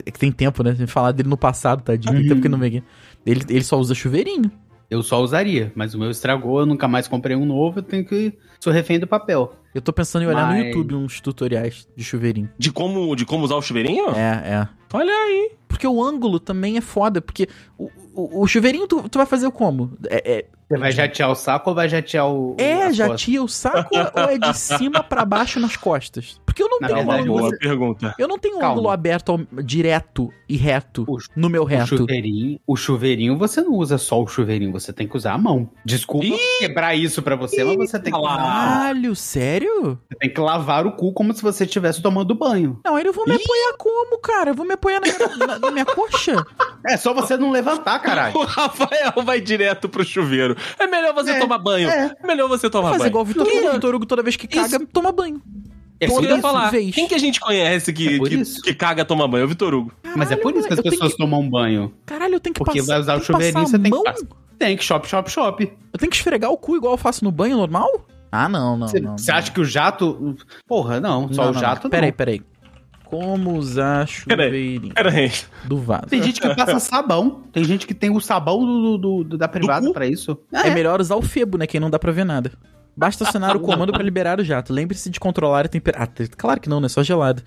S4: É que tem tempo, né? Tem que falar dele no passado, tadinho. Tem tempo que ele não vem aqui. Ele, ele só usa chuveirinho.
S3: Eu só usaria, mas o meu estragou, eu nunca mais comprei um novo, eu tenho que. Sou refém do papel.
S4: Eu tô pensando em olhar no
S3: Mas-
S4: YouTube uns tutoriais de chuveirinho.
S2: De como, de como usar o chuveirinho?
S4: É, é.
S2: Olha aí.
S4: Porque o ângulo também é foda, porque o, o, o chuveirinho tu, tu vai fazer como? É, é,
S3: Você vai jatear o saco ou vai jatear o.
S4: é
S3: a costa?
S4: jatia o saco ou é de cima pra baixo nas costas? Porque eu não
S3: Na
S2: É
S4: tenho
S2: uma
S3: verdade,
S4: ângulo.
S2: boa
S3: você-
S2: pergunta.
S4: Eu não tenho
S3: Calma.
S4: ângulo aberto ao- direto e reto
S3: O,
S4: no meu
S3: o
S4: reto.
S3: chuveirinho. O chuveirinho, você não usa só o chuveirinho, você tem que usar a mão. Desculpa quebrar isso pra você, mas você tem que,
S2: fala.
S3: lavar,
S4: Caralho, sério?
S3: você tem que lavar o cu como se você estivesse tomando banho.
S4: Não, aí eu vou me apoiar como, cara? Eu vou me apoiar na minha, na- na minha coxa?
S3: É só você não levantar, caralho.
S2: O Rafael vai direto pro chuveiro. É melhor você
S3: É,
S2: tomar banho.
S3: é.
S2: Melhor você tomar
S4: Fazer
S2: banho.
S4: igual o Vitor Hugo.
S2: Quem-
S4: O Vitor Hugo toda vez que caga, toma banho.
S3: É
S2: Isso
S3: por
S2: que eu ia
S3: isso.
S2: falar.
S4: vez.
S2: Quem que a gente conhece que,
S3: É por
S2: que,
S3: isso.
S2: que caga toma banho? É o Vitor Hugo.
S3: Mas é
S4: Caralho,
S3: por isso que as
S4: moleque, eu tenho
S3: pessoas tomam banho.
S4: Caralho, eu tenho que
S3: Porque
S4: passar.
S3: vai usar o
S4: tenho que passar
S3: chuveirinho,
S4: a
S3: você tem que
S4: mão?
S3: passar. Tem que shop, shop, shop.
S4: Eu tenho que esfregar o cu igual eu faço no banho normal? Ah, não, não.
S3: Você
S4: não,
S3: você
S4: não.
S3: acha que o jato. Porra, não, só
S4: Não,
S3: o
S4: não,
S3: jato não.
S4: Peraí, peraí. Como usar chuveirinho
S2: Pera aí.
S4: do vaso?
S3: Tem gente que passa sabão. Tem gente que tem o sabão do, do- do- da privada pra isso.
S4: É melhor usar o febo, né? Que aí não dá pra ver nada. Basta acionar o comando pra liberar o jato. Lembre-se de controlar a temperatura. Ah, claro que não, né? Só gelado.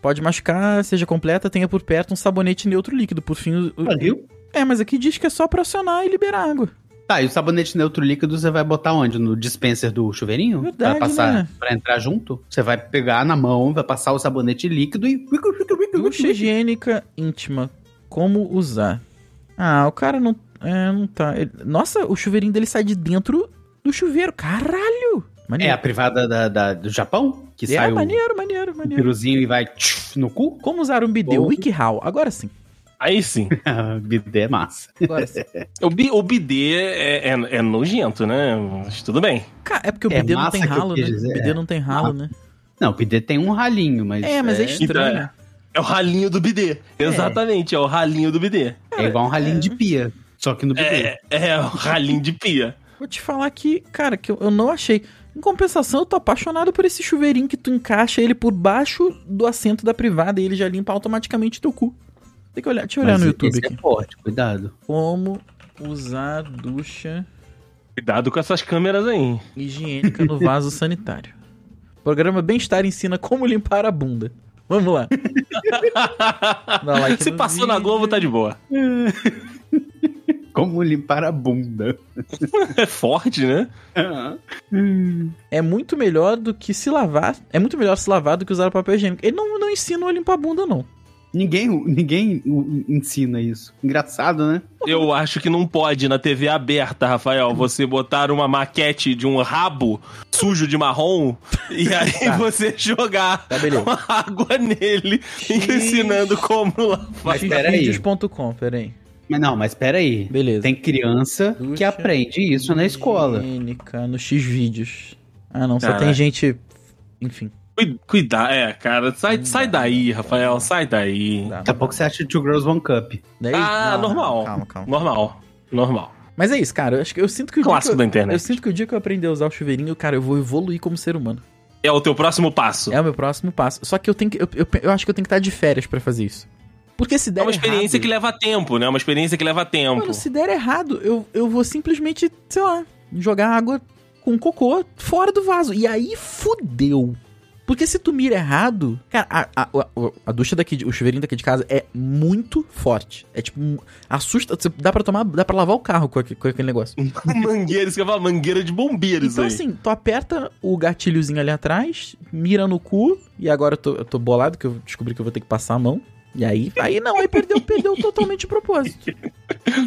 S4: Pode machucar, seja completa, tenha por perto um sabonete neutro líquido. Por fim, o- o-
S3: Ah, viu?
S4: É, mas aqui diz que é só pra acionar e liberar água.
S3: Tá, e o sabonete neutro líquido você vai botar onde? No dispenser do chuveirinho?
S4: Verdade,
S3: pra passar,
S4: né?
S3: pra entrar junto? Você vai pegar na mão, vai passar o sabonete líquido e.
S4: Ducha higiênica íntima. Como usar? Ah, o cara não. É, não tá. Ele- Nossa, o chuveirinho dele sai de dentro do chuveiro. Caralho!
S3: É
S4: Maneiro.
S3: a privada da- da- do Japão? Que
S4: É,
S3: sai o, o
S4: maneiro, maneiro, maneiro.
S3: piruzinho e vai tchuf, no cu?
S4: Como usar um bidê?
S3: Bom.
S4: WikiHow. Agora sim.
S2: Aí sim.
S3: Bidê é massa.
S4: Agora sim.
S2: O, bi, o bidê é, é- é nojento, né? Mas tudo bem.
S4: Cara, é porque o
S3: É
S4: bidê não
S3: massa
S4: tem
S3: que eu
S4: ralo,
S3: quis
S4: né?
S3: dizer,
S4: O bidê não tem ralo, né?
S3: Não, o bidê tem um ralinho, mas.
S4: É, mas é
S3: é,
S4: estranho.
S2: Então, É o ralinho do bidê. Exatamente, é o ralinho do bidê.
S3: é igual um ralinho de pia. Só que no bidê.
S2: É, é o ralinho de pia.
S3: é.
S4: Vou te falar que, cara, que eu, eu não achei. Em compensação, eu tô apaixonado por esse chuveirinho que tu encaixa ele por baixo do assento da privada e ele já limpa automaticamente teu cu. Tem que olhar, deixa eu olhar
S3: Mas
S4: no YouTube
S3: esse
S4: aqui.
S3: É forte, cuidado.
S4: Como usar ducha
S2: Cuidado com essas câmeras aí.
S4: higiênica no vaso sanitário. Programa Bem-Estar ensina como limpar a bunda. Vamos lá. Dá like
S2: Se
S4: no
S2: passou na
S4: vídeo.
S2: Globo, tá de boa.
S3: Como limpar a bunda.
S2: É forte, né?
S4: É muito melhor do que se lavar. É muito melhor se lavar do que usar papel higiênico. Ele não, não ensina a limpar a bunda, não.
S3: ninguém, ninguém o- ensina isso. Engraçado, né?
S2: Eu acho que não pode na TV aberta, Rafael, você botar uma maquete de um rabo sujo de marrom e aí você jogar
S4: Tá, beleza.
S2: uma água nele, ensinando como lá.
S3: Mas peraí.
S4: Xvideos.com, peraí.
S3: Mas não, mas peraí.
S4: Beleza.
S3: Tem criança que
S4: Ducha
S3: aprende isso na escola.
S4: Higiênica, no Xvideos. Ah, não, só
S2: Caraca.
S4: tem gente. Enfim.
S2: Cuidar, é, cara, sai, sai daí, Rafael, sai daí.
S4: Dá.
S3: Daqui a pouco você acha Two Girls One Cup.
S4: Daí-
S2: Ah,
S4: não,
S2: normal.
S4: não, Calma, calma.
S2: Normal, normal.
S4: Mas é isso, cara. Eu, acho que, eu sinto que o
S2: Clássico
S4: dia que
S2: da
S4: eu,
S2: internet.
S4: eu sinto que o dia que eu aprender a usar o chuveirinho, cara, eu vou evoluir como ser humano.
S2: É o teu próximo passo.
S4: É o meu próximo passo. Só que eu tenho que. Eu, eu, eu acho que eu tenho que estar de férias pra fazer isso. Porque se der.
S2: É uma experiência que
S4: errado,
S2: leva tempo, né? É uma experiência que leva tempo.
S4: Mano, se der errado, eu, eu vou simplesmente, sei lá, jogar água com cocô fora do vaso. E aí fudeu. Porque se tu mira errado. Cara, a, a, a, a ducha daqui, de- o chuveirinho daqui de casa é muito forte. É tipo, um- assusta. você- dá pra tomar, dá pra lavar o carro com aquele, com aquele negócio.
S2: Mangueira, isso que eu falo, mangueira de bombeiros
S4: Então
S2: aí.
S4: assim, tu aperta o gatilhozinho ali atrás, mira no cu, e agora eu tô, eu tô bolado que eu descobri que eu vou ter que passar a mão. E aí, aí não, aí perdeu, perdeu totalmente o propósito.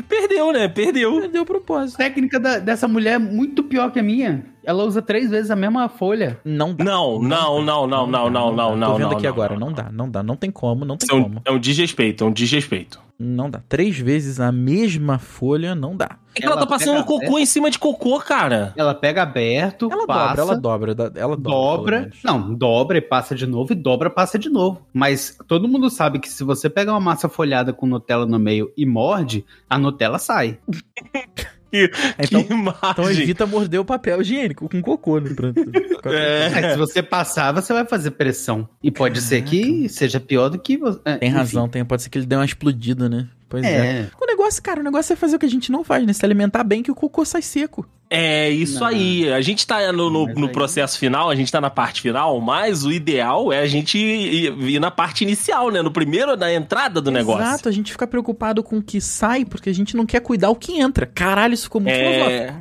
S2: Perdeu, né? Perdeu.
S4: Perdeu o propósito.
S3: A técnica da- dessa mulher é muito pior que a minha. Ela usa três vezes a mesma folha.
S4: Não dá.
S2: Não, não, não, não, não, não,
S4: dá,
S2: não, não.
S4: Tô vendo
S2: não,
S4: aqui
S2: não,
S4: agora,
S2: não.
S4: não dá, não dá, não tem como, não tem
S2: Isso é um,
S4: como.
S2: é um desrespeito, é um desrespeito.
S4: Não dá. Três vezes a mesma folha, não dá.
S2: É que ela,
S3: Ela
S2: tá passando
S3: pega-
S2: cocô em cima de cocô, cara.
S3: Ela pega aberto,
S4: Ela
S3: passa,
S4: dobra, ela dobra, da- ela dobra. pelo
S3: dobra,
S4: menos.
S3: não, dobra e passa de novo, e dobra, passa de novo. Mas todo mundo sabe que se você pega uma massa folhada com Nutella no meio e morde, a Nutella sai.
S2: Que,
S4: Então-
S2: que imagem.
S4: Então evita morder o papel higiênico com cocô, né? Pra- pra-
S2: É.
S3: É, se você passar, você vai fazer pressão. E pode ser que seja pior do que você. é,
S4: Tem
S3: enfim.
S4: razão, tem, pode ser que ele dê uma explodida, né? Pois é.
S3: É.
S4: O negócio, cara, o negócio é fazer o que a gente não faz, né? Se alimentar bem que o cocô sai seco.
S2: É isso
S3: Não.
S2: aí. A gente tá no, no-
S3: Mas
S2: no
S3: aí-
S2: processo final, a gente tá na parte final, mas o ideal é a gente ir, ir na parte inicial, né? No primeiro, na entrada do negócio.
S4: Exato, a gente fica preocupado com o que sai, porque a gente não quer cuidar o que entra. Caralho, isso ficou muito filosófico.
S2: É.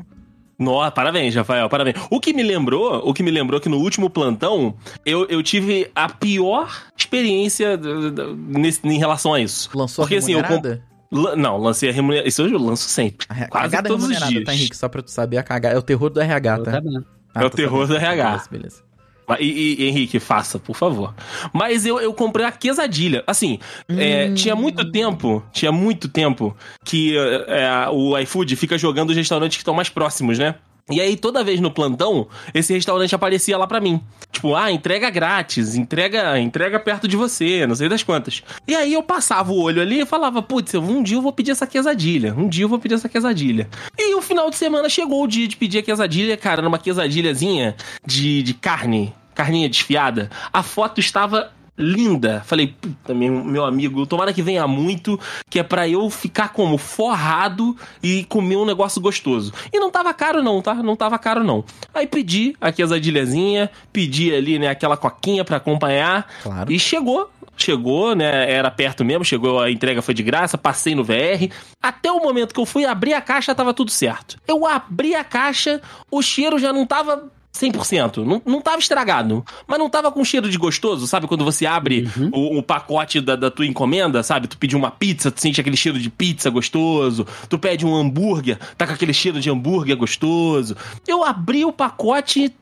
S2: Nossa, parabéns, Rafael, parabéns. O que me lembrou, o que me lembrou que no último plantão eu, eu tive a pior experiência d- d- nesse- em relação a isso.
S4: Lançou
S2: Porque,
S4: a
S2: assim, eu
S4: remunerada?
S2: Lan- não, lancei a remuneração. Isso eu lanço sempre.
S4: A re-
S2: Quase
S4: cagada
S2: todos os
S4: remunerada,
S2: dias.
S4: tá, Henrique? Só pra tu saber, a cagada. É o terror do RH, tá?
S3: Tá bom.
S4: Ah,
S2: É o
S4: tô
S2: terror
S4: sabendo.
S2: do RH.
S4: Beleza, beleza.
S2: Mas- E, e- Henrique, faça, por favor. Mas eu, eu comprei a quesadilha. Assim, é,
S4: Hum.
S2: tinha muito tempo, tinha muito tempo que é, é, o iFood fica jogando os restaurantes que estão mais próximos, né? E aí, toda vez no plantão, esse restaurante aparecia lá pra mim. Tipo, ah, entrega grátis, entrega entrega perto de você, não sei das quantas. E aí eu passava o olho ali e falava, putz, eu- um dia eu vou pedir essa quesadilha, um dia eu vou pedir essa quesadilha. E o final de semana chegou o dia de pedir a quesadilha, cara, numa quesadilhazinha de, de carne, carninha desfiada. A foto estava linda. Falei, puta, meu, meu amigo, tomara que venha muito, que é pra eu ficar como forrado e comer um negócio gostoso. E não tava caro não, tá? Não tava caro não. Aí pedi a quesadilhazinha, pedi ali, né, aquela coquinha pra acompanhar.
S4: Claro.
S2: E chegou, chegou, né? Era perto mesmo, chegou, a entrega foi de graça, passei no VR. Até o momento que eu fui abrir a caixa, tava tudo certo. Eu abri a caixa, o cheiro já não tava 100%. Não, não tava estragado, mas não tava com cheiro de gostoso, sabe? Quando você abre o, o pacote da, da tua encomenda, sabe? Tu pediu uma pizza, tu sente aquele cheiro de pizza gostoso. Tu pede um hambúrguer, tá com aquele cheiro de hambúrguer gostoso. Eu abri o pacote.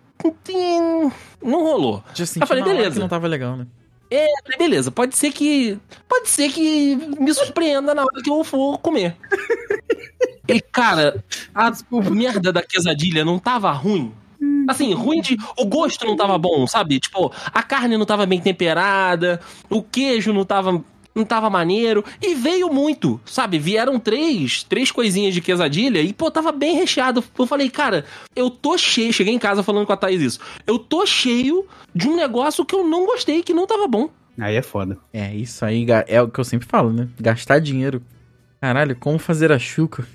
S2: tim, Não rolou.
S4: Já senti
S2: Eu falei,
S4: na hora
S2: beleza.
S4: que não tava legal, né?
S2: É, falei, beleza, pode ser que. Pode ser que me surpreenda na hora que eu for comer. E, cara, a merda da quesadilha não tava ruim. Assim, ruim de. O gosto não tava bom, sabe? Tipo, a carne não tava bem temperada, o queijo não tava. Não tava maneiro. E veio muito, sabe? Vieram três, três coisinhas de quesadilha e, pô, tava bem recheado. Eu falei, cara, eu tô cheio. Cheguei em casa falando com a Thaís isso. Eu tô cheio de um negócio que eu não gostei, que não tava bom.
S3: Aí é foda.
S4: É, isso aí ga- é o que eu sempre falo, né? Gastar dinheiro. Caralho, como fazer a chuca?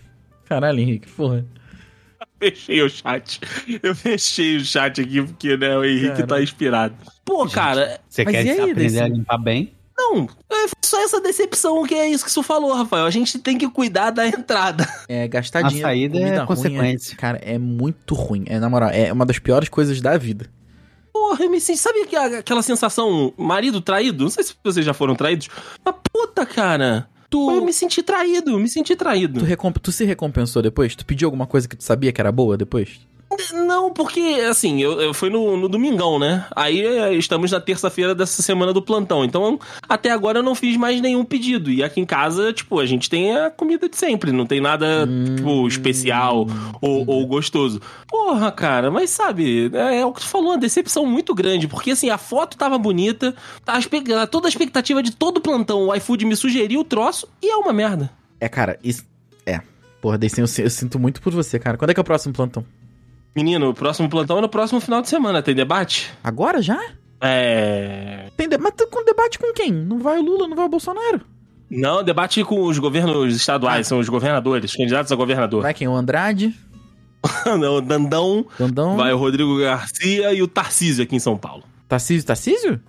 S4: Caralho, Henrique, porra.
S2: Fechei o chat. Eu fechei o chat aqui porque, né, o Henrique
S4: Cara.
S2: tá inspirado. Pô, cara,
S3: Você
S4: Mas
S3: quer
S4: e aí,
S3: aprender
S4: desse-
S3: a limpar bem?
S2: não. É só essa decepção que é isso que você falou, Rafael. A gente tem que cuidar da entrada.
S4: É, gastar
S3: A
S4: dinheiro. com
S3: saída
S4: comida
S3: é
S4: ruim
S3: consequência.
S4: cara, é muito ruim. É, na moral, é uma das piores coisas da vida.
S2: Porra, eu me sinto. Sabe aqua- aquela sensação marido traído? Não sei se vocês já foram traídos. Mas puta, cara. Eu
S4: Tu,
S2: me senti traído, eu me senti traído.
S4: tu, recomp- tu se recompensou depois? Tu pediu alguma coisa que tu sabia que era boa depois?
S2: Não, porque, assim, eu, eu fui no, no domingão, né? Aí eh, estamos na terça-feira dessa semana do plantão. Então, até agora eu não fiz mais nenhum pedido. E aqui em casa, tipo, a gente tem a comida de sempre. Não tem nada, tipo, especial ou, ou gostoso. Porra, cara, mas sabe, é, é o que tu falou, uma decepção muito grande. Porque, assim, a foto tava bonita, tá a expect- toda a expectativa de todo o plantão. O iFood me sugeriu o troço e é uma merda.
S4: É, cara, isso. É. Porra, Deicen, eu, si- eu sinto muito por você, cara. Quando é que é o próximo plantão?
S2: Menino, o próximo plantão é no próximo final de semana. Tem debate?
S4: Agora já?
S2: É.
S4: Tem de- Mas tu- com debate com quem? Não vai o Lula, não vai o Bolsonaro.
S2: Não, debate com os governos estaduais, são os governadores, candidatos a governador.
S4: Vai quem? O Andrade,
S2: Não, o Dandão,
S4: Dandão.
S2: vai o Rodrigo Garcia e o Tarcísio aqui em São Paulo.
S4: Tarcísio, Tarcísio?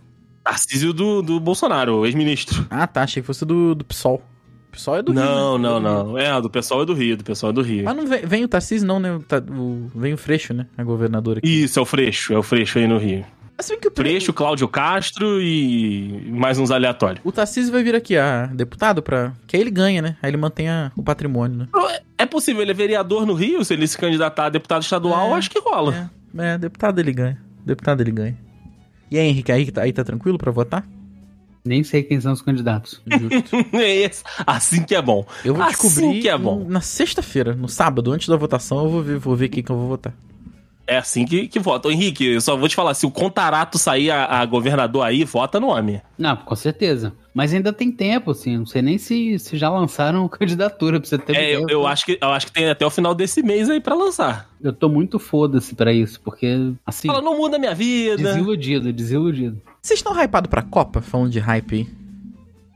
S2: Tarcísio do, do Bolsonaro, o ex-ministro.
S4: Ah, tá. Achei que fosse do, do PSOL. O PSOL é do Rio, né?
S2: Não, não,
S4: Do Rio.
S2: não. É, do pessoal é do Rio, do pessoal é do Rio.
S4: Mas não vem, vem o Tarcísio, não, né? O Ta- o- vem o Freixo, né? A governadora aqui.
S2: Isso, é o Freixo, é o Freixo aí no Rio.
S4: Mas se bem que o,
S2: Freixo, Cláudio Castro e mais uns aleatórios.
S4: o Tarcísio vai vir aqui a deputado pra. Que aí ele ganha, né? Aí ele mantém a- o patrimônio, né?
S2: É possível, ele é vereador no Rio, se ele se candidatar a deputado estadual,
S4: É,
S2: acho que rola.
S4: É, é, deputado ele ganha. Deputado ele ganha. E aí, Henrique, aí, tá- aí tá tranquilo pra votar?
S3: Nem sei quem são os candidatos.
S2: É esse- assim que é bom.
S4: Eu vou
S3: Ah,
S2: Assim
S4: descobrir
S2: que é bom.
S4: na sexta-feira, no sábado, antes da votação, eu vou ver, vou ver quem que eu vou votar.
S2: É assim que, que vota. Ô, Henrique, eu só vou te falar, se o Contarato sair a, a governador aí, vota no homem.
S3: Não, com certeza. Mas ainda tem tempo, assim. Não sei nem se, se já lançaram candidatura pra você ter.
S2: É, eu, eu acho que, eu acho que tem até o final desse mês aí pra lançar.
S3: Eu tô muito foda-se pra isso, porque, assim,
S2: Fala, não muda a minha vida.
S3: desiludido, desiludido.
S4: Vocês estão hypados pra Copa? Falando de hype aí.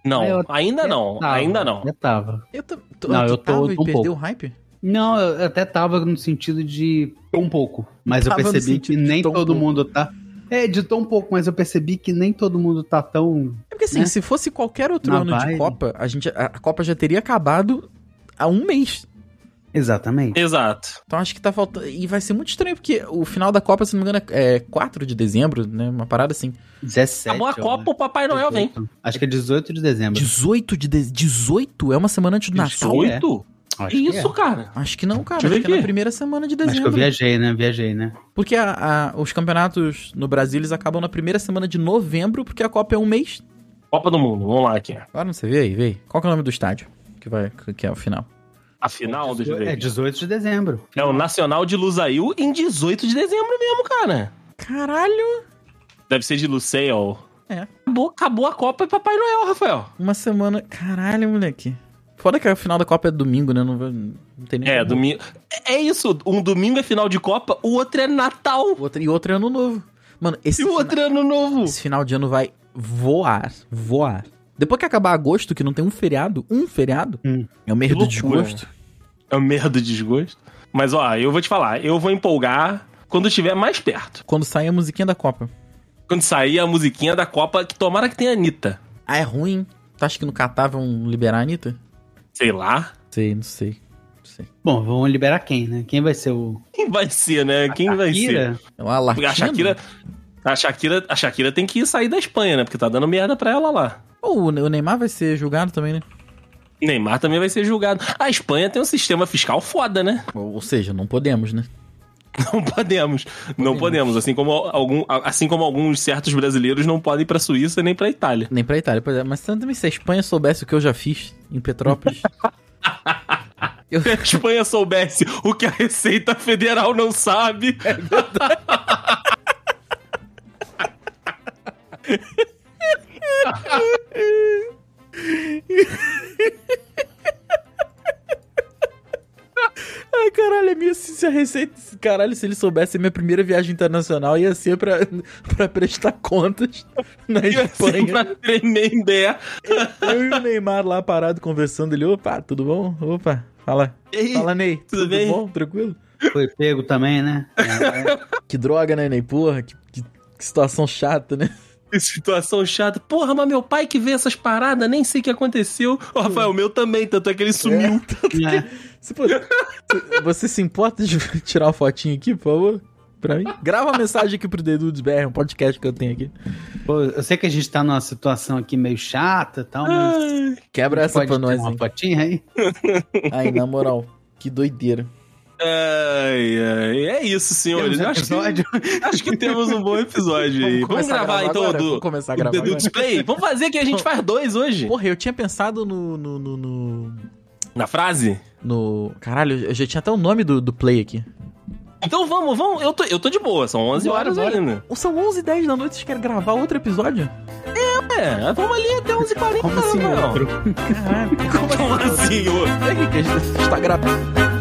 S2: Não,
S3: Ah, eu
S2: ainda
S3: até
S2: não,
S3: tava,
S2: ainda não.
S3: até tava.
S4: Eu tô,
S3: Não, eu tô-
S4: tava
S3: tô
S4: e
S3: um pouco.
S4: perdeu o hype?
S3: Não, eu até tava no sentido de um pouco, mas eu
S4: Tava no
S3: percebi que
S4: sentido de
S3: nem
S4: tão
S3: todo
S4: pouco.
S3: mundo tá. É, de tão pouco, mas eu percebi que nem todo mundo tá tão.
S4: É porque assim,
S3: Né?
S4: se fosse qualquer outro
S3: Na
S4: ano de
S3: vibe.
S4: Copa, a, gente, a, a Copa já teria acabado há um mês.
S3: Exatamente.
S2: Exato.
S4: Então acho que tá faltando. E vai ser muito estranho, porque o final da Copa, se não me engano, é é 4 de dezembro, né? Uma parada assim.
S3: 17.
S2: Acabou a
S3: eu
S2: Copa, o Papai
S3: acho.
S2: Noel vem.
S3: 18. Acho que é 18 de dezembro.
S4: 18 de, de 18? É uma semana antes do Natal?
S3: 18?
S2: Oito?
S3: Acho que
S2: Isso,
S3: é.
S2: cara.
S4: Acho que não, cara.
S2: Deixa eu ver
S4: Acho que é na
S2: aqui.
S4: primeira semana de
S3: Acho que
S4: dezembro.
S3: eu viajei, né? Viajei, né?
S4: Porque a- a- os campeonatos no Brasil eles acabam na primeira semana de novembro, porque a Copa é um mês.
S2: Copa do Mundo, vamos lá aqui.
S4: Agora não sei, vê aí, vê aí. Qual que é o nome do estádio que, vai, que é o final?
S2: A final, deixa eu ver.
S3: É
S2: aqui.
S3: 18 de dezembro.
S2: É o Nacional de Lusail em 18 de dezembro mesmo, cara.
S4: Caralho!
S2: Deve ser de Lusail.
S4: É.
S2: Acabou, acabou a Copa e Papai Noel, Rafael.
S4: Uma semana. Caralho, moleque. Foda que o final da Copa é domingo, né? Não, vai- não tem nem.
S2: É,
S4: como.
S2: domingo. É isso, um domingo é final de Copa, o outro é Natal.
S4: Outra- e outro é ano novo. Mano, esse,
S2: E o
S4: fina-
S2: outro é ano novo.
S4: esse final de ano vai voar. Voar. Depois que acabar agosto, que não tem um feriado, um feriado,
S3: Hum.
S4: é o mês do
S2: Loucura.
S4: desgosto.
S2: É uma merda de desgosto. Mas ó, eu vou te falar, eu vou empolgar quando estiver mais perto.
S4: Quando sai a musiquinha da Copa.
S2: Quando sair a musiquinha da Copa, que tomara que tenha a Anitta.
S4: Ah, é ruim. Tu acha que no Catar vão liberar a Anitta?
S2: Sei lá.
S4: Sei, não sei. Não sei.
S3: Bom, vão liberar quem, né? Quem vai ser o.
S2: Quem vai ser, né? Quem vai ser?
S3: Shakira?
S4: É uma
S2: Porque a
S4: latina.
S2: Shakira, a Shakira. A Shakira tem que sair da Espanha, né? Porque tá dando merda pra ela lá.
S4: Ou o Neymar vai ser julgado também, né?
S2: Neymar também vai ser julgado. A Espanha tem um sistema fiscal foda, né?
S4: Ou, ou seja, não podemos, né?
S2: Não podemos. Não podemos. Assim como, algum, assim como alguns certos brasileiros não podem ir pra Suíça nem pra Itália.
S4: Nem pra Itália, pois é. Mas também se a Espanha soubesse o que eu já fiz em Petrópolis. eu...
S2: Se a Espanha soubesse o que a Receita Federal não sabe.
S4: É, Ai, caralho, a minha se a receita. se- Caralho, se ele soubesse, a minha primeira viagem internacional ia ser pra, pra prestar contas na
S2: Ia ser
S4: Espanha.
S2: uma tremenda.
S4: Eu e o Neymar lá parado conversando ele, opa, tudo bom? Opa, fala.
S2: Ei,
S4: Fala, Ney.
S2: tudo bem?
S4: bom? Tranquilo?
S3: Foi pego também, né? É,
S4: Que droga, né, Ney? Porra, que, que- que situação chata, né?
S2: Que situação chata. Porra, mas meu pai que vê essas paradas, nem sei o que aconteceu. Ô, Rafael,
S4: Hum.
S2: o meu também, tanto é que ele sumiu.
S3: né?
S4: Você, pode- você se importa de tirar uma fotinho aqui, por favor? Pra mim? Grava uma mensagem aqui pro Dedudes BR, um podcast que eu tenho aqui.
S3: Pô, eu sei que a gente tá numa situação aqui meio chata e tal, mas.
S2: Ai,
S4: Quebra essa
S3: pode
S4: pra
S3: ter
S4: nós,
S3: uma
S4: hein?
S3: fotinha aí?
S4: Aí, na moral, que doideira.
S2: ai, ai. É isso, senhores.
S3: Temos um
S2: Eu acho,
S3: episódio.
S2: que, acho que temos um bom episódio aí. Vamos,
S4: começar a
S2: gravar então
S4: agora?
S2: do,
S4: Vamos começar a
S2: do
S4: gravar
S2: Dedo
S4: agora?
S2: Display? Vamos fazer que a gente faz dois hoje.
S4: Porra, eu tinha pensado no... no, no, no...
S2: Na frase?
S4: no- Caralho, eu já tinha até o nome do, do play aqui.
S2: Então vamos, vamos. Eu tô, eu tô de boa, são 11
S3: Bora,
S2: horas
S3: bora.
S2: ainda.
S4: São 11h10 da noite, vocês querem gravar outro episódio?
S2: É, vamos ali até 11h40.
S3: Como assim
S2: Rafael.
S3: outro?
S4: Caralho,
S2: Como assim, ô?
S4: é que a gente está gravando?